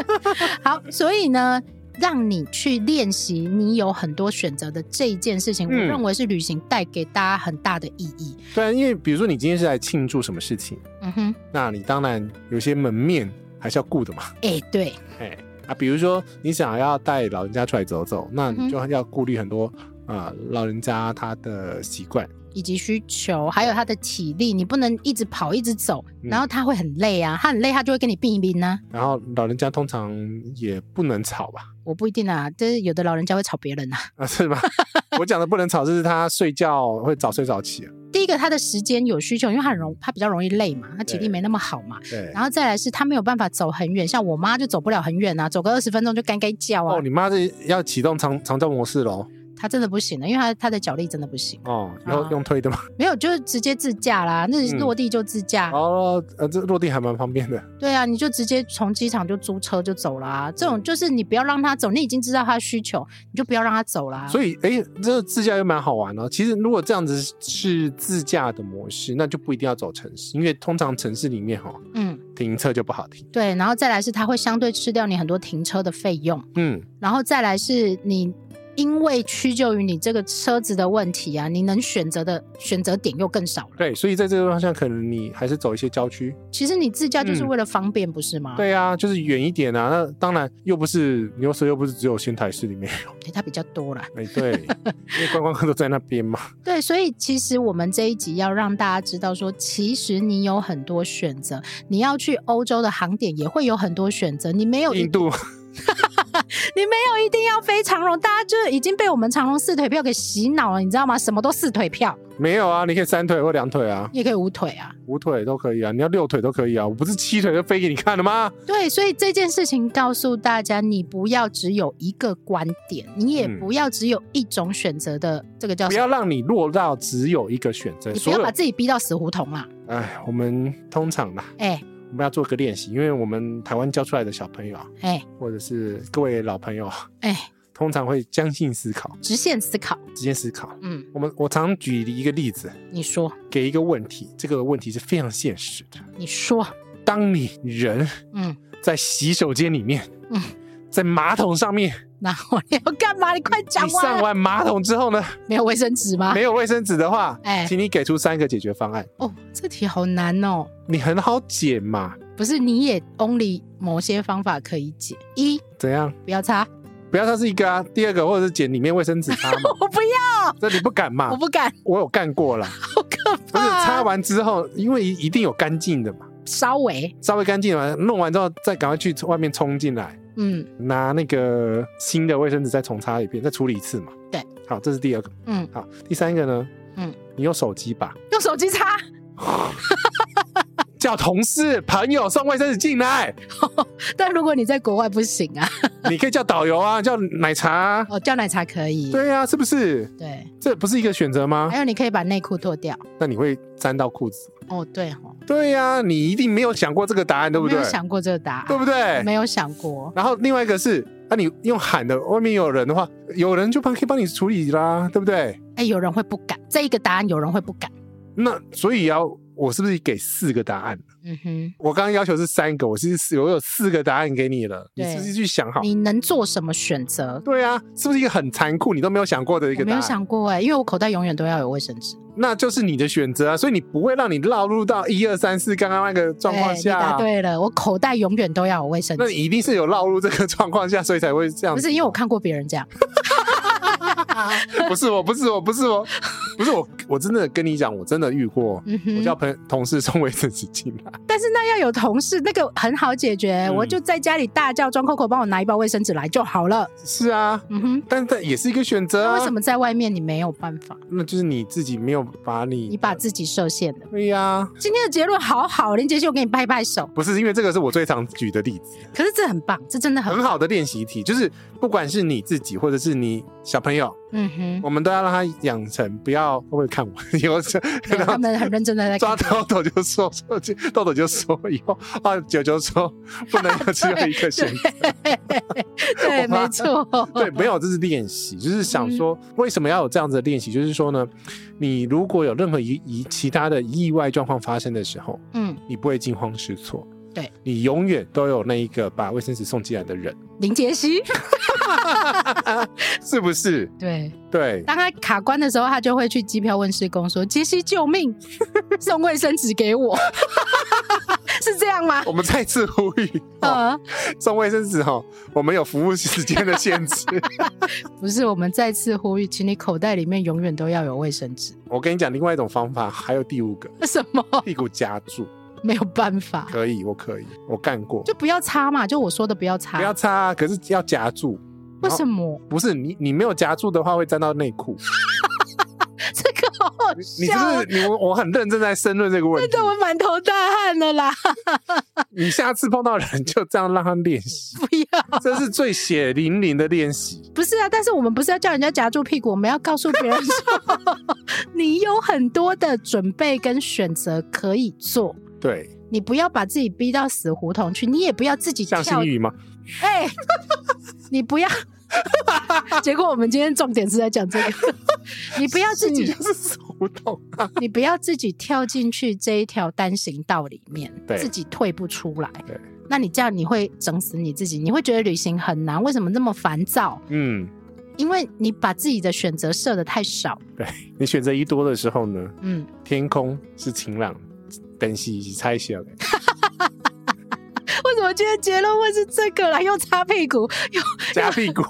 Speaker 2: 好，所以呢，让你去练习你有很多选择的这一件事情，我
Speaker 3: 嗯
Speaker 2: 认为是旅行带给大家很大的意义。
Speaker 3: 对啊，因为比如说你今天是来庆祝什么事情，
Speaker 2: 嗯哼，
Speaker 3: 那你当然有些门面还是要顾的嘛，
Speaker 2: 哎、对，
Speaker 3: 哎啊，比如说你想要带老人家出来走走，那
Speaker 2: 嗯
Speaker 3: 你就要顾虑很多啊、呃老人家他的习惯，
Speaker 2: 以及需求，还有他的体力，你不能一直跑一直走，
Speaker 3: 嗯
Speaker 2: 然后他会很累啊，他很累，他就会跟你并一并啊呢、
Speaker 3: 然后老人家通常也不能吵吧？
Speaker 2: 我不一定啊，就是有的老人家会吵别人啊。
Speaker 3: 啊，是 吗？我讲的不能吵，就是他睡觉会早睡早起、啊。
Speaker 2: 第一个，他的时间有需求，因为他很容，他比较容易累嘛，他体力
Speaker 3: 对
Speaker 2: 没那么好嘛。
Speaker 3: 对，
Speaker 2: 然后再来是他没有办法走很远，像我妈就走不了很远啊，走个二十分钟就干干叫啊
Speaker 3: 哦，，你妈这要启动长长照模式喽？
Speaker 2: 她真的不行了，因为她她的脚力真的不行，
Speaker 3: 哦，要、
Speaker 2: 啊
Speaker 3: 用 推的吗？
Speaker 2: 没有就是直接自驾啦，那
Speaker 3: 嗯
Speaker 2: 落地就自驾，
Speaker 3: 哦，呃，这落地还蛮方便的。
Speaker 2: 对啊，你就直接从机场就租车就走啦，这
Speaker 3: 嗯
Speaker 2: 种就是你不要让他走，你已经知道他的需求，你就不要让他走啦。
Speaker 3: 所以，哎，这个自驾又蛮好玩的、其实，如果这样子是自驾的模式，那就不一定要走城市，因为通常城市里面哈、
Speaker 2: 嗯，
Speaker 3: 停车就不好停。
Speaker 2: 对，然后再来是他会相对吃掉你很多停车的费用，
Speaker 3: 嗯，
Speaker 2: 然后再来是你。因为屈就于你这个车子的问题啊，你能选择的选择点又更少了。
Speaker 3: 对，所以在这个方向，可能你还是走一些郊区。
Speaker 2: 其实你自驾就是
Speaker 3: 嗯
Speaker 2: 为了方便，不是吗？
Speaker 3: 对啊，就是远一点啊。那当然又不是牛舌，又不是只有仙台市里面有。
Speaker 2: 诶它比较多啦。
Speaker 3: 哎，对， 因为观光客都在那边嘛。
Speaker 2: 对，所以其实我们这一集要让大家知道说，其实你有很多选择，你要去欧洲的航点也会有很多选择，你没有一
Speaker 3: 印度
Speaker 2: 你没有一定要飞长荣，大家就是已经被我们长荣四腿票给洗脑了，你知道吗？什么都四腿票，
Speaker 3: 没有啊，你可以三腿或两腿啊，
Speaker 2: 你也可以五腿啊。
Speaker 3: 五腿都可以啊，你要六腿都可以啊。我不是七腿就飞给你看了吗？
Speaker 2: 对，所以这件事情告诉大家，你不要只有一个观点，你也
Speaker 3: 嗯
Speaker 2: 不要只有一种选择的，这个叫
Speaker 3: 不
Speaker 2: 什么？
Speaker 3: 要让你落到只有一个选择。
Speaker 2: 你不
Speaker 3: 所
Speaker 2: 要
Speaker 3: 有
Speaker 2: 把自己逼到死胡同啦。
Speaker 3: 哎，我们通常啦，
Speaker 2: 哎
Speaker 3: 我们要做个练习，因为我们台湾教出来的小朋友啊，
Speaker 2: 哎
Speaker 3: 或者是各位老朋友啊，
Speaker 2: 哎，
Speaker 3: 通常会将性思考，
Speaker 2: 直线思考。
Speaker 3: 直接思考。
Speaker 2: 嗯，
Speaker 3: 我们我常举一个例子，
Speaker 2: 你说，
Speaker 3: 给一个问题，这个问题是非常现实的。
Speaker 2: 你说，
Speaker 3: 当你人
Speaker 2: 嗯。
Speaker 3: 在洗手间里面，
Speaker 2: 嗯
Speaker 3: 在马桶上面，
Speaker 2: 然后你要干嘛？你快讲
Speaker 3: 你上
Speaker 2: 完！
Speaker 3: 完马桶之后呢，
Speaker 2: 没有卫生纸吗
Speaker 3: 没？有卫生纸的话，
Speaker 2: 哎
Speaker 3: 请你给出三个解决方案。
Speaker 2: 哦，这题好难哦。
Speaker 3: 你很好解嘛？
Speaker 2: 不是，你也 only 某些方法可以解。一，
Speaker 3: 怎样？
Speaker 2: 不要擦，，
Speaker 3: 不要它是一个啊，第二个或者是捡里面卫生纸擦嘛
Speaker 2: 我不要，
Speaker 3: 这你不敢嘛？
Speaker 2: 我
Speaker 3: 我
Speaker 2: 不敢，
Speaker 3: 有干过啦，
Speaker 2: 好可
Speaker 3: 不
Speaker 2: 怕
Speaker 3: 是
Speaker 2: 啊、
Speaker 3: 擦完之后，因为一定有干净的嘛，
Speaker 2: 稍微，
Speaker 3: 稍微干净完弄完之后，再赶快去外面冲进来，
Speaker 2: 嗯
Speaker 3: 拿那个新的卫生纸再重擦一遍，再处理一次嘛。
Speaker 2: 对，
Speaker 3: 好，这是第二个。
Speaker 2: 嗯，
Speaker 3: 好，第三个呢？
Speaker 2: 嗯，
Speaker 3: 你用手机吧，
Speaker 2: 用手机擦，
Speaker 3: 叫同事朋友送卫生纸 进来，
Speaker 2: 但如果你在国外不行啊，
Speaker 3: 你可以叫导游啊，叫奶茶啊、
Speaker 2: 哦，叫奶茶可以，
Speaker 3: 对呀、啊，是不是？
Speaker 2: 对
Speaker 3: 这不是一个选择吗
Speaker 2: 还？有你可以把内裤脱掉，
Speaker 3: 那你会沾到裤子。
Speaker 2: 哦，对哦，
Speaker 3: 对呀、你一定没有想过这个答案，对不对
Speaker 2: 没有？想过这个答案，
Speaker 3: 对不对？
Speaker 2: 没有想过，
Speaker 3: 然后另外一个是，那、你用喊的，外面有人的话，有人就帮可以帮你处理啦，对不对？
Speaker 2: 哎，有人会不敢，这一个答案有人会不敢，
Speaker 3: 那所以要我是不是给四个答案？
Speaker 2: 嗯哼，
Speaker 3: 我刚刚要求是三个，我是四我有四个答案给你了，你
Speaker 2: 对
Speaker 3: 是不是去想好？
Speaker 2: 你能做什么选择？
Speaker 3: 对啊，是不是一个很残酷，你都没有想过的一
Speaker 2: 我
Speaker 3: 个
Speaker 2: 没
Speaker 3: 答
Speaker 2: 有
Speaker 3: 案？
Speaker 2: 想过哎、因为我口袋永远都要有卫生纸。
Speaker 3: 那就是你的选择啊，所以你不会让你落入到一二三四刚刚那个状况
Speaker 2: 对
Speaker 3: 下
Speaker 2: 你答
Speaker 3: 啊、
Speaker 2: 对了，我口袋永远都要有卫生
Speaker 3: 那
Speaker 2: 纸。
Speaker 3: 你一定是有落入这个状况下，所以才会这样
Speaker 2: 不
Speaker 3: 子。
Speaker 2: 是因为我看过别人这样，
Speaker 3: 不是我，不是我，不是我，不是我，我真的跟你讲，我真的遇过，
Speaker 2: 嗯
Speaker 3: 我叫
Speaker 2: 哼，
Speaker 3: 朋同事送卫生纸进来，
Speaker 2: 但是那要有同事，那个很好解决，
Speaker 4: 嗯
Speaker 2: 我就在家里大叫装 Coco 帮我拿一包卫生纸来就好了。
Speaker 3: 是啊，
Speaker 2: 嗯哼，
Speaker 3: 但但也是一个选择
Speaker 2: 那
Speaker 3: 啊。
Speaker 2: 为什？么在外面你没有办法？
Speaker 3: 那就是你自己没有把你，
Speaker 2: 你把自己设限了。
Speaker 3: 对呀、
Speaker 2: 今天的结论好好，林杰秀，我给你拍拍手。
Speaker 3: 不是因为这个是我最常举的例子，
Speaker 2: 可是这很棒，这真的很
Speaker 3: 很，好的练习题，就是不管是你自己或者是你小朋友，
Speaker 2: 嗯哼，
Speaker 3: 我们都要让他养成不要会不会看我， 以后是
Speaker 2: 没有
Speaker 3: 然后
Speaker 2: 他们很认真的在
Speaker 3: 抓
Speaker 2: 看。
Speaker 3: 豆豆就说说 豆豆就说以后啊九九说不能 有只有一个选择，
Speaker 2: 对，
Speaker 3: 我妈
Speaker 2: 没错，
Speaker 3: 对，
Speaker 2: 嗯
Speaker 3: 没有，这是练习，就是想说为什么要有这样子的练习，就是说呢，你如果有任何一一其他的意外状况发生的时候，
Speaker 2: 嗯，
Speaker 3: 你不会惊慌失措，
Speaker 2: 对
Speaker 3: 你永远都有那一个把卫生纸送进来 的人，
Speaker 2: 林杰西，
Speaker 3: 是不是？
Speaker 2: 对，
Speaker 3: 对，
Speaker 2: 当他卡关的时候，他就会去机票问施工说：“杰西，救 命，送卫生纸给我。” 是这样吗？
Speaker 3: 我们再次呼 吁，哦、
Speaker 2: 呃，
Speaker 3: 送卫生纸哈、哦，我们有服务时间的限 制。
Speaker 2: 不是，我们再次呼吁，请你口袋里面永远都要有卫生纸。
Speaker 3: 我跟你讲，另外一种方法，还有第五个，
Speaker 2: 什么？
Speaker 3: 屁股夹住，
Speaker 2: 没有办 法，
Speaker 3: 可以，我可以，我干过，
Speaker 2: 就不要擦嘛，就我说的不要擦。
Speaker 3: 不要擦啊，可是要夹住。
Speaker 2: 为什么？
Speaker 3: 不是你，你没有夹住的话会沾到内裤。
Speaker 2: 这个好好
Speaker 3: 你你是
Speaker 2: 笑
Speaker 3: 不
Speaker 2: 哦。
Speaker 3: 是你？我我很认真在申论这个问题
Speaker 2: 真。的，我满头大汗了啦！
Speaker 3: 你下次碰到人就这样让他练 习，
Speaker 2: 不要，
Speaker 3: 这是最血淋淋的练习。
Speaker 2: 不是啊，但是我们不是要叫人家夹住屁股，我们要告诉别人说， 你有很多的准备跟选择可以做，
Speaker 3: 对，
Speaker 2: 你不要把自己逼到死胡同去，你也不要自己跳
Speaker 3: 像。新宇吗？
Speaker 2: 哎， 你不 要。结果我们今天重点是在讲这个，你不要自己
Speaker 3: 信宇就是啊死胡同。
Speaker 2: 你不要自己跳进去这一条单行道里面，
Speaker 3: 对
Speaker 2: 自己退不出来
Speaker 3: 对。
Speaker 2: 那你这样你会整死你自己，你会觉得旅行很难。为什么那么烦躁？
Speaker 3: 嗯，
Speaker 2: 因为你把自己的选择设的太少。
Speaker 3: 你选择一多的时候呢，
Speaker 2: 嗯，
Speaker 3: 天空是晴朗，等是猜想的。
Speaker 2: 为什么今天结论会是这个啦？又擦屁股，又
Speaker 3: 夹 屁股，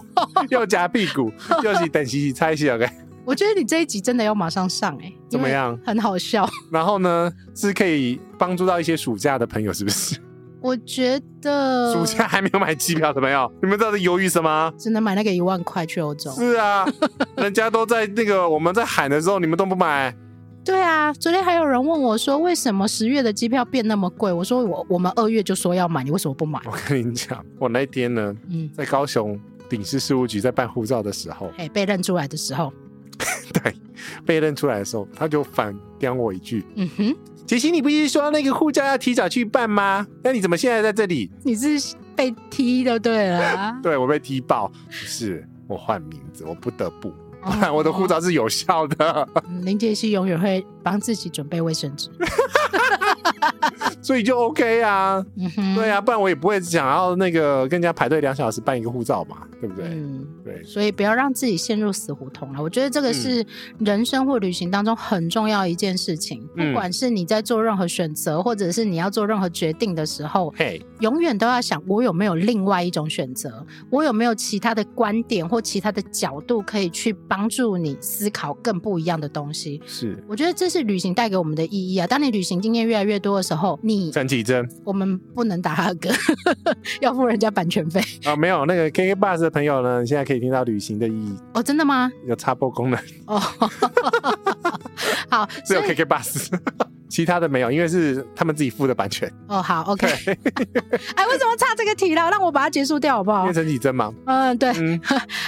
Speaker 3: 又夹屁股，又是等洗洗猜想的。
Speaker 2: 我觉得你这一集真的要马上上哎、欸，
Speaker 3: 怎么样？
Speaker 2: 很好笑。
Speaker 3: 然后呢，是可以帮助到一些暑假的朋友，是不是？
Speaker 2: 我觉得
Speaker 3: 暑假还没有买机票的朋友，你们到底犹豫什 么？啊
Speaker 2: 只能买那个一万块去欧洲。
Speaker 3: 是啊，人家都在那个我们在喊的时候，你们都不买，
Speaker 2: 对啊，昨天还有人问我说，为什么十月的机票变那么贵？我说我我们二月就说要买，你为什么不买？
Speaker 3: 我跟你讲，我那天呢，
Speaker 2: 嗯，
Speaker 3: 在高雄领事事务局在办护照的时候，
Speaker 2: 哎、被认出来的时候，
Speaker 3: 对，被认出来的时候，他就反刁我一句
Speaker 2: 嗯哼，：“
Speaker 3: 杰西，你不是说那个护照要提早去办吗？那你怎么现在在这里
Speaker 2: 你是被踢就对了、啊？”。
Speaker 3: 对我被踢爆，不是我换名字，我不得不，不然 我的护照是有效的，
Speaker 2: 啊 嗯林杰西永远会帮自己准备卫生纸。
Speaker 3: 所以就 OK 啊。
Speaker 2: 嗯哼，
Speaker 3: 对啊，不然我也不会想要那个跟人家排队两小时办一个护照嘛，对不对？
Speaker 2: 嗯，
Speaker 3: 对，
Speaker 2: 所以不要让自己陷入死胡同了。我觉得这个是人生或旅行当中很重要一件事情。
Speaker 3: 嗯
Speaker 2: 不管是你在做任何选择，或者是你要做任何决定的时候，
Speaker 3: 嘿，
Speaker 2: 永远都要想我有没有另外一种选择，我有没有其他的观点或其他的角度可以去帮助你思考更不一样的东西。
Speaker 3: 是
Speaker 2: 我觉得这是旅行带给我们的意义啊！当你旅行经验越来越多的时候，你
Speaker 3: 陈绮贞
Speaker 2: 我们不能打哈嗝， 要付人家版权费
Speaker 3: 啊，没有那个 KK Bus 的朋友呢，你现在可以听到旅行的意义，
Speaker 2: 哦，真的吗？
Speaker 3: 有插播功能，
Speaker 2: 哦， 好，
Speaker 3: 只有
Speaker 2: 所以
Speaker 3: KK Bus，其 他的没有，因为是他们自己付的版权，
Speaker 2: 哦好，OK，哎， 为什么差这个题了？让我把它结束掉好不
Speaker 3: 因
Speaker 2: 好
Speaker 3: 为？陈绮贞嘛，
Speaker 2: 嗯，对，
Speaker 3: 嗯，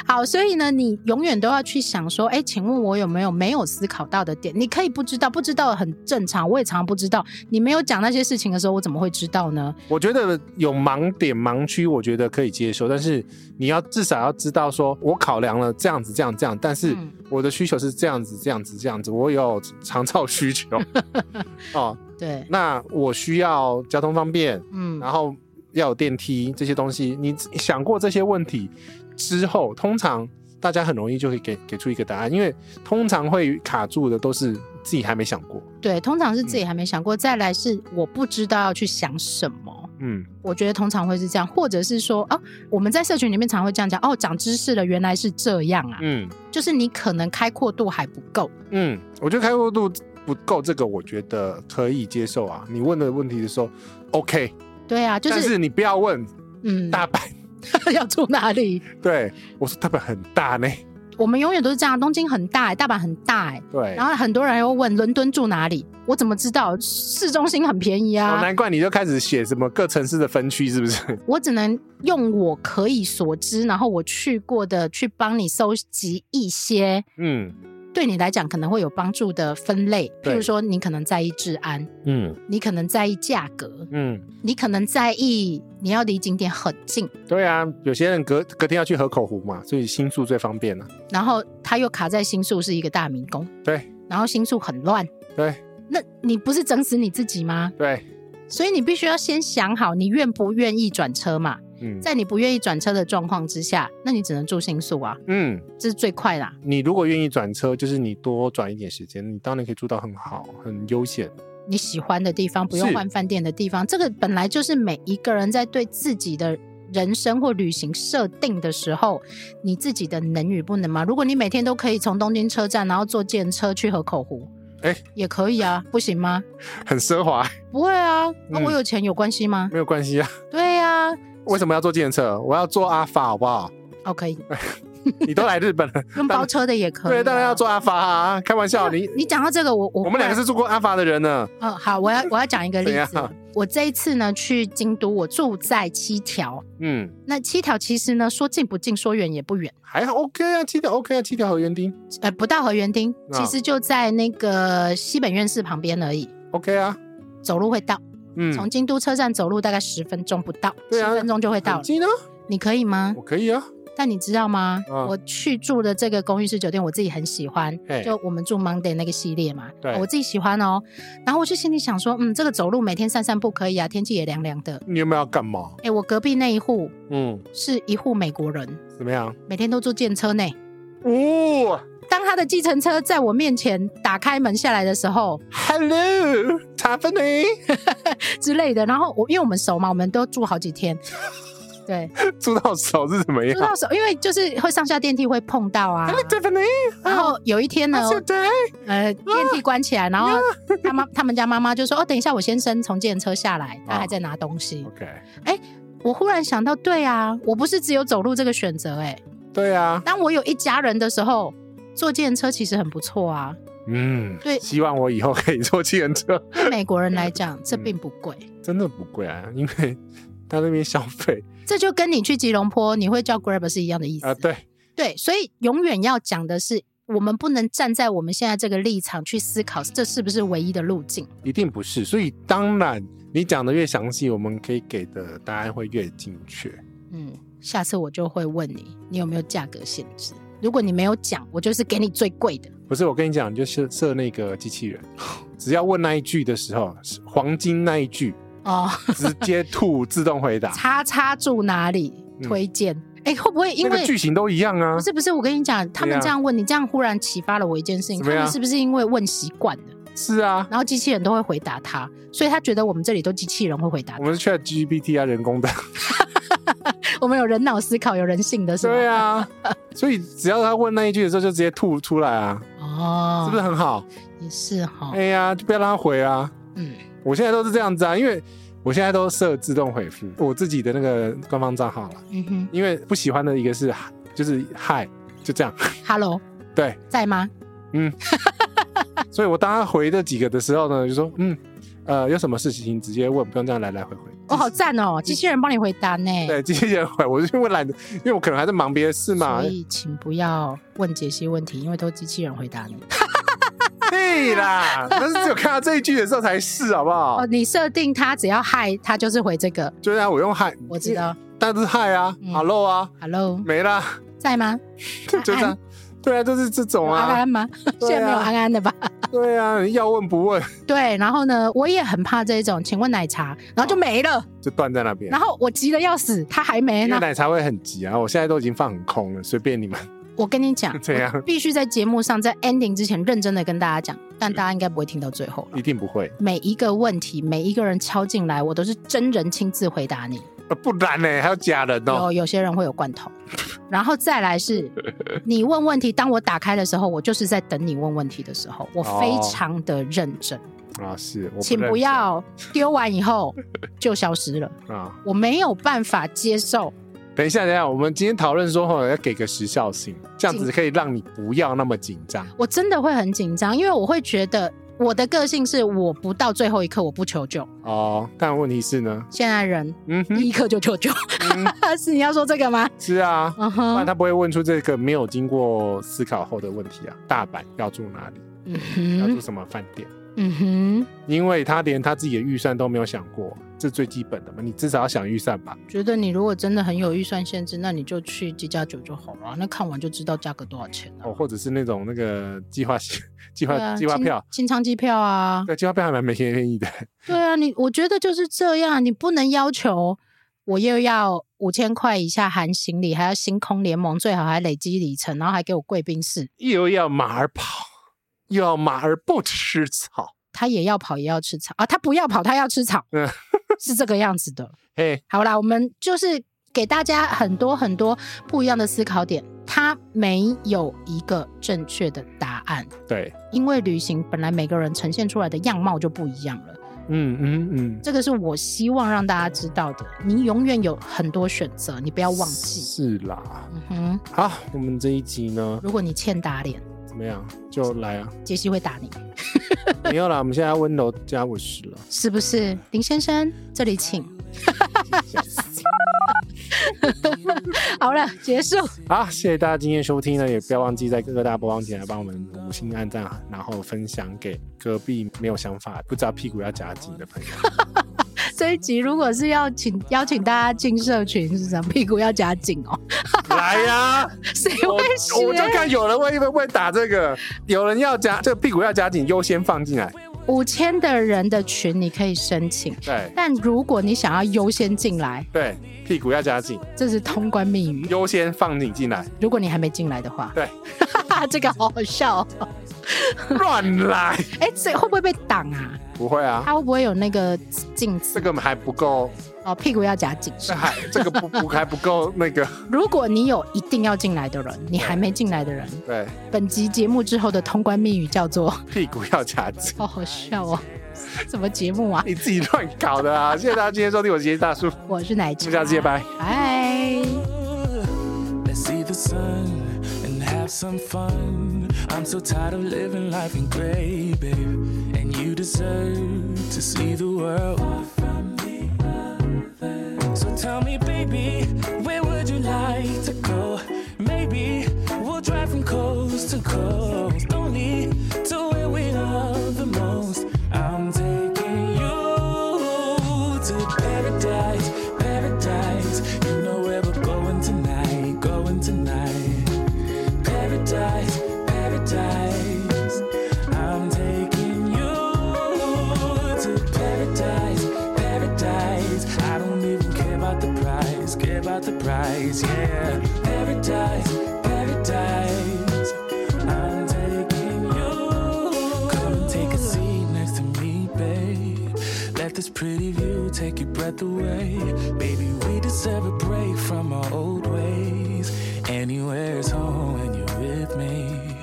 Speaker 2: 好，所以呢，你永远都要去想说，哎，请问我有没有没有思考到的点？你可以不知道，不知道很正常，我也常不知道。你没有讲那些事情的时候，我怎么会知道呢？
Speaker 3: 我觉得有盲点盲区，我觉得可以接受，但是你要至少要知道说，我考量了这样子这样这样，但是
Speaker 2: 嗯
Speaker 3: 我的需求是这样子这样子这样子，我有长照需 求，哦，
Speaker 2: 对，
Speaker 3: 那我需要交通方便，
Speaker 2: 嗯，
Speaker 3: 然后要有电梯这些东西。你想过这些问题之后，通常大家很容易就会给给出一个答案，因为通常会卡住的都是自己还没想过。嗯
Speaker 2: 对，通常是自己还没想过，再来是我不知道要去想什么。
Speaker 3: 嗯，
Speaker 2: 我觉得通常会是这样，或者是说，哦，我们在社群里面常会这样讲，哦，长知识了，原来是这样啊，
Speaker 3: 嗯
Speaker 2: 就是你可能开阔度还不够。
Speaker 3: 嗯，我觉得开阔度不够，这个我觉得可以接受啊。你问的问题的时候，OK，
Speaker 2: 对啊，就
Speaker 3: 但
Speaker 2: 是
Speaker 3: 是你不要问
Speaker 2: 嗯，
Speaker 3: 大阪，
Speaker 2: 要住哪里？
Speaker 3: 对我说大阪很大呢，
Speaker 2: 我们永远都是这样，东京很大、大阪很大、欸，
Speaker 3: 对，
Speaker 2: 然后很多人又问伦敦住哪里，我怎么知道？市中心很便宜
Speaker 3: 哦，
Speaker 2: 啊，
Speaker 3: 难怪你就开始写什么各城市的分区，是不是？
Speaker 2: 我只能用我可以所知，然后我去过的去帮你搜集一些
Speaker 3: 嗯
Speaker 2: 对你来讲可能会有帮助的分类，譬
Speaker 3: 对
Speaker 2: 如说你可能在意治安，
Speaker 3: 嗯
Speaker 2: 你可能在意价格，
Speaker 3: 嗯，
Speaker 2: 你可能在意你要离景点很近，
Speaker 3: 对啊，有些人隔隔天要去河口湖嘛，所以新宿最方便啊了、
Speaker 2: 然后它又卡在新宿是一个大迷宫，
Speaker 3: 对
Speaker 2: 然后新宿很乱，
Speaker 3: 对
Speaker 2: 那你不是整死你自己吗？
Speaker 3: 对，
Speaker 2: 所以你必须要先想好你愿不愿意转车嘛，
Speaker 3: 嗯
Speaker 2: 在你不愿意转车的状况之下，那你只能住新宿啊，
Speaker 3: 嗯，
Speaker 2: 这是最快啦。
Speaker 3: 你如果愿意转车，就是你多转一点时间，你当然可以住到很好、很悠闲。
Speaker 2: 你喜欢的地方，不用
Speaker 3: 是
Speaker 2: 换饭店的地方，这个本来就是每一个人在对自己的人生或旅行设定的时候，你自己的能与不能嘛。如果你每天都可以从东京车站，然后坐电车去河口湖，
Speaker 3: 哎
Speaker 2: 也可以啊，不行吗？
Speaker 3: 很 奢华，
Speaker 2: 不会啊，那、
Speaker 3: 嗯
Speaker 2: 我有钱有关系吗？
Speaker 3: 没有关系啊。
Speaker 2: 对呀、啊，
Speaker 3: 为什么要坐电车？我要坐阿法，好 不好？
Speaker 2: 哦可以，
Speaker 3: 你都来日本了，
Speaker 2: 用包车的也可以、哦
Speaker 3: 对，当然要坐。阿法啊！开玩笑，你
Speaker 2: 你讲到这个，我我
Speaker 3: 我们
Speaker 2: 忽
Speaker 3: 两个
Speaker 2: 然
Speaker 3: 是住过阿法的人呢。
Speaker 2: 嗯，好，我要我要讲一个例
Speaker 3: 怎
Speaker 2: 子
Speaker 3: 样。啊
Speaker 2: 我这一次呢去京都，我住在七条。
Speaker 3: 嗯，
Speaker 2: 那七条其实呢，说近不近，说远也不远，
Speaker 3: 还好 OK 啊，七条 OK 啊，七条河园町
Speaker 2: 呃，不到河园町，
Speaker 3: 啊
Speaker 2: 其实就在那个西本院寺旁边而已，
Speaker 3: OK 啊。
Speaker 2: 走路会到。
Speaker 3: 嗯，
Speaker 2: 从京都车站走路大概十分钟不到，
Speaker 3: 对
Speaker 2: 十、
Speaker 3: 啊
Speaker 2: 分钟就会到
Speaker 3: 很
Speaker 2: 了。
Speaker 3: 近啊，
Speaker 2: 你可以吗？
Speaker 3: 我可以啊。
Speaker 2: 但你知道吗？
Speaker 3: 嗯
Speaker 2: 我去住的这个公寓式酒店，我自己很喜欢
Speaker 3: 嘿，
Speaker 2: 就我们住 Monday 那个系列嘛，啊
Speaker 3: 对
Speaker 2: 我自己喜欢哦。然后我就心里想说，嗯，这个走路每天散散步可以啊，天气也凉凉的。
Speaker 3: 你有没有要干嘛？
Speaker 2: 哎，我隔壁那一户
Speaker 3: 嗯，
Speaker 2: 是一户美国人，
Speaker 3: 怎么样？
Speaker 2: 每天都坐电车呢。
Speaker 3: 哦
Speaker 2: 当他的计程车在我面前打开门下来的时候
Speaker 3: ，Hello，茶芬呢？
Speaker 2: 之类的，然后我因为我们熟嘛，我们都住好几天，对，
Speaker 3: 住到手是怎么
Speaker 2: 住
Speaker 3: 样
Speaker 2: 到熟，因为就是会上下电梯会碰到啊。
Speaker 3: ？Hello, Tiffany，
Speaker 2: 然后有一天呢，
Speaker 3: 小呆。
Speaker 2: 呃，电梯关起来，然后他妈他们家妈妈就说：“哦，等一下，我先生从计程车下来，他还在拿东西。
Speaker 3: OK，
Speaker 2: 我忽然想到，对啊，我不是只有走路这个选择，哎，
Speaker 3: 对啊，
Speaker 2: 当我有一家人的时候，坐计程车其实很不错啊。
Speaker 3: 嗯，
Speaker 2: 对
Speaker 3: 希望我以后可以坐计程车，
Speaker 2: 对美国人来
Speaker 3: 嗯
Speaker 2: 讲，这并不贵。
Speaker 3: 真的不贵啊，因为他那边消费
Speaker 2: 这就跟你去吉隆坡你会叫 Grab 是一样的意思。
Speaker 3: 啊，对，
Speaker 2: 对，所以永远要讲的是，我们不能站在我们现在这个立场去思考，这是不是唯一的路径？
Speaker 3: 一定不是，所以当然你讲的越详细，我们可以给的答案会越精确。
Speaker 2: 嗯，下次我就会问你，你有没有价格限制？如果你没有讲，我就是给你最贵的。
Speaker 3: 不是，我跟你讲，你就设设那个机器人， 只要问那一句的时候，黄金那一句，
Speaker 2: 哦，
Speaker 3: 直接吐自动回答，
Speaker 2: 叉叉住哪里？
Speaker 3: 啊嗯
Speaker 2: 推荐？哎、会不会 因
Speaker 3: 那
Speaker 2: 为
Speaker 3: 个剧情都一样啊
Speaker 2: 不。是不是？我跟你讲，他们
Speaker 3: 对啊
Speaker 2: 这样问你，这样忽然启发了我一件事情，
Speaker 3: 怎
Speaker 2: 他
Speaker 3: 么样
Speaker 2: 们是不是因为问习惯了，
Speaker 3: 是啊，
Speaker 2: 然后机器人都会回答他，所以他觉得我们这里都机器人会回答
Speaker 3: 我
Speaker 2: 他，
Speaker 3: 们是 Chat GPT 啊，人工的。
Speaker 2: 我们有人脑思考，有人性的是吧？
Speaker 3: 对啊， 所以只要他问那一句的时候，就直接吐出来啊，
Speaker 2: 哦，
Speaker 3: 是不是很好？
Speaker 2: 也是哈、
Speaker 3: 哎呀，就不要让他回啊。
Speaker 2: 嗯，
Speaker 3: 我现在都是这样子啊，因为我现在都设自动回复我自己的那个官方账号了，
Speaker 2: 嗯哼
Speaker 3: 因为不喜欢的一个是就是嗨，就这样。
Speaker 2: ，Hello，
Speaker 3: 对，
Speaker 2: 在吗？
Speaker 3: 所以我当他回这几个的时候呢，就说嗯，呃，有什么事情直接问，不用这样来来回回。
Speaker 2: 我、好赞哦，机器人帮你回答呢。
Speaker 3: 对，机器人回，我就问懒得，因为我可能还在忙别的事嘛
Speaker 2: 所。 以请不要问解析问题，因为都机器人回答你。
Speaker 3: 对啦，但是只有看到这一句的时候才是，好不好
Speaker 2: 哦，？你设定它只要嗨，它就是回这个。
Speaker 3: 就让我用嗨，
Speaker 2: 我知，道
Speaker 3: 但是嗨啊、
Speaker 2: 嗯
Speaker 3: h e l l o 啊，
Speaker 2: ，Hello，
Speaker 3: 没啦，
Speaker 2: 在吗？
Speaker 3: 就这 样。对啊，就是这
Speaker 2: 有
Speaker 3: 种
Speaker 2: 安
Speaker 3: 啊，
Speaker 2: 安吗？ 现
Speaker 3: 对啊
Speaker 2: 在没有安安的吧？
Speaker 3: 对啊，你要问不问
Speaker 2: 对，然后呢，我也很怕这一种，请问奶茶，然后
Speaker 3: 哦
Speaker 2: 就没了，
Speaker 3: 就断在那边。
Speaker 2: 然后我急得要死，他还没
Speaker 3: 因为
Speaker 2: 呢。
Speaker 3: 奶茶会很急啊，我现在都已经放很空了，随便你们。，
Speaker 2: 我跟你讲
Speaker 3: 怎样
Speaker 2: 我必须在节目上在 ending 之前认真的跟大家讲，但大家应该不会听到最后了
Speaker 3: 一。定不会，
Speaker 2: 每一个问题，每一个人敲进来，我都是真人亲自回答你。
Speaker 3: 呃不然呢？还有假人哦，
Speaker 2: 有有些人会有罐头，然后再来 是你问问题，当我打开的时候，我就是在等你问问题的时候，我非常的认真，
Speaker 3: 啊是，哦我
Speaker 2: 请
Speaker 3: 认
Speaker 2: 不
Speaker 3: 识
Speaker 2: 要丢完以后就消失了，
Speaker 3: 啊。
Speaker 2: 我没有办法接受。
Speaker 3: 等一下，等一下，我们今天讨论说吼要给个时效性，这样子
Speaker 2: 紧
Speaker 3: 可以让你不要那么紧张。
Speaker 2: 我真的会很紧张，因为我会觉得我的个性是我不到最后一刻我不求救。
Speaker 3: 哦，但问题是呢，
Speaker 2: 现在人
Speaker 3: 嗯哼，
Speaker 2: 第一刻就求救， 啊
Speaker 3: 嗯
Speaker 2: 是你要说这个 吗？
Speaker 3: 是啊，
Speaker 2: 嗯
Speaker 3: 不然
Speaker 2: 哼，
Speaker 3: 他不会问出这个没有经过思考后的问题啊。大阪要住哪里？
Speaker 2: 嗯
Speaker 3: 要住
Speaker 2: 哼，
Speaker 3: 什么饭店？
Speaker 2: 嗯哼，
Speaker 3: 因为他连他自己的预算都没有想过，这最基本的嘛，你至少要想预算吧。
Speaker 2: 觉得你如果真的很有预算限制，那你就去几加九就好了啊，那看完就知道价格多少钱了、
Speaker 3: 哦，或者是那种那个计划 性计
Speaker 2: 对
Speaker 3: 划
Speaker 2: 啊，
Speaker 3: 计划票，
Speaker 2: 清、清仓机票啊，
Speaker 3: 对，计划票还蛮没便宜的。
Speaker 2: 对啊，你我觉得就是这样，你不能要求我又要五千块以下含行李，还要星空联盟，最好还累积里程，然后还给我贵宾室，
Speaker 3: 又要马儿跑，又要马儿不吃草。
Speaker 2: 他也要跑也要吃草啊，他不要跑，他要吃草
Speaker 3: 嗯，
Speaker 2: 是这个样子的。
Speaker 3: 嘿，
Speaker 2: 好啦，我们就是给大家很多很多不一样的思考点，它没有一个正确的答案，
Speaker 3: 对，
Speaker 2: 因为旅行本来每个人呈现出来的样貌就不一样了。
Speaker 3: 嗯嗯嗯，
Speaker 2: 这个是我希望让大家知道的，你永远有很多选择，你不要忘记。
Speaker 3: 是啦。
Speaker 2: 嗯哼，
Speaker 3: 好，我们这一集呢，
Speaker 2: 如果你欠打脸，
Speaker 3: 怎么样？就来啊！
Speaker 2: 杰西会打你，
Speaker 3: 没有啦，我们现在温柔加五十了。
Speaker 2: 是不是？林先生，这里请。 好了，结束。
Speaker 3: 好，谢谢大家今天收听呢，也不要忘记在各个大播放平台帮我们五星按赞，然后分享给隔壁没有想法、不知道屁股要夹紧的朋友。
Speaker 2: 这一集如果是要请邀请大家进社群，是什么？屁股要夹紧哦。
Speaker 3: 来呀、
Speaker 2: 谁
Speaker 3: 我
Speaker 2: 会
Speaker 3: 我就
Speaker 2: 学？
Speaker 3: 看有人会不会打这个，有人要夹这个屁股要夹紧，优先放进来。
Speaker 2: 五千的人的群你可以申请，
Speaker 3: 对
Speaker 2: 但如果你想要优先进来，
Speaker 3: 对，屁股要夹紧，
Speaker 2: 这是通关密语。
Speaker 3: 优先放你进来。
Speaker 2: 如果你还没进来的话，
Speaker 3: 对，
Speaker 2: 这个好好笑、哦。
Speaker 3: 乱来，
Speaker 2: 哎，这会不会被挡啊？
Speaker 3: 不会啊，
Speaker 2: 他会不会有那个镜子
Speaker 3: 这？个还不够，
Speaker 2: 哦，屁股要夹 紧。
Speaker 3: 这还这个不不还不够那个，
Speaker 2: 如果你有一定要进来的人，你还没进来的人，
Speaker 3: 对，
Speaker 2: 本集节目之后的通关密语叫做，
Speaker 3: 屁股要夹紧
Speaker 2: 好好笑哦。什么节目啊？
Speaker 3: 你自己乱搞的啊！谢谢大家今天收听，我是杰西大叔，我
Speaker 2: 我是奶茶，
Speaker 3: 们下次见，拜。
Speaker 2: 拜。
Speaker 5: Let's see the sun and have some fun. I'm so tired of living life in gray, babe. And you deserve to see the world. So tell me, baby, where would you like to go? Maybe we'll drive from coast to coast, only to where we love the most. I'm taking you to paradise, paradise. You know where we're going tonight, going tonight. Paradise, paradise. I'm taking you to paradise, paradise. I don't even care about the price, care about the price, yeah. Paradise, paradise. I'm taking you. Come take a seat next to me, babe. Let this pretty view take your breath away. Baby, we deserve a break from our old ways. Anywhere is home when you're with me.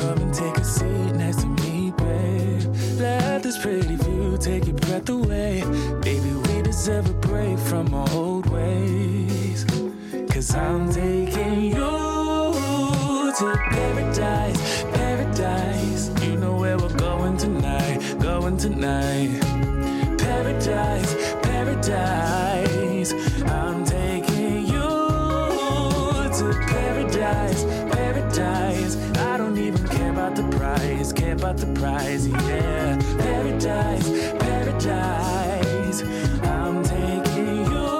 Speaker 5: Come and take a seat next to me, babe. Let this pretty view take your breath away. Baby, we deserve a break from our old ways. Cause I'm taking you to paradise, paradise. You know where we're going tonight, going tonight paradise, paradise. I'm taking you to paradise, paradise. I don't even care about the price, care about the price, yeah. Paradise, paradise. I'm taking you,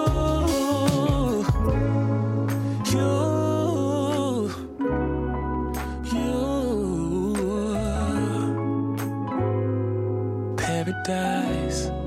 Speaker 5: you, you. Paradise.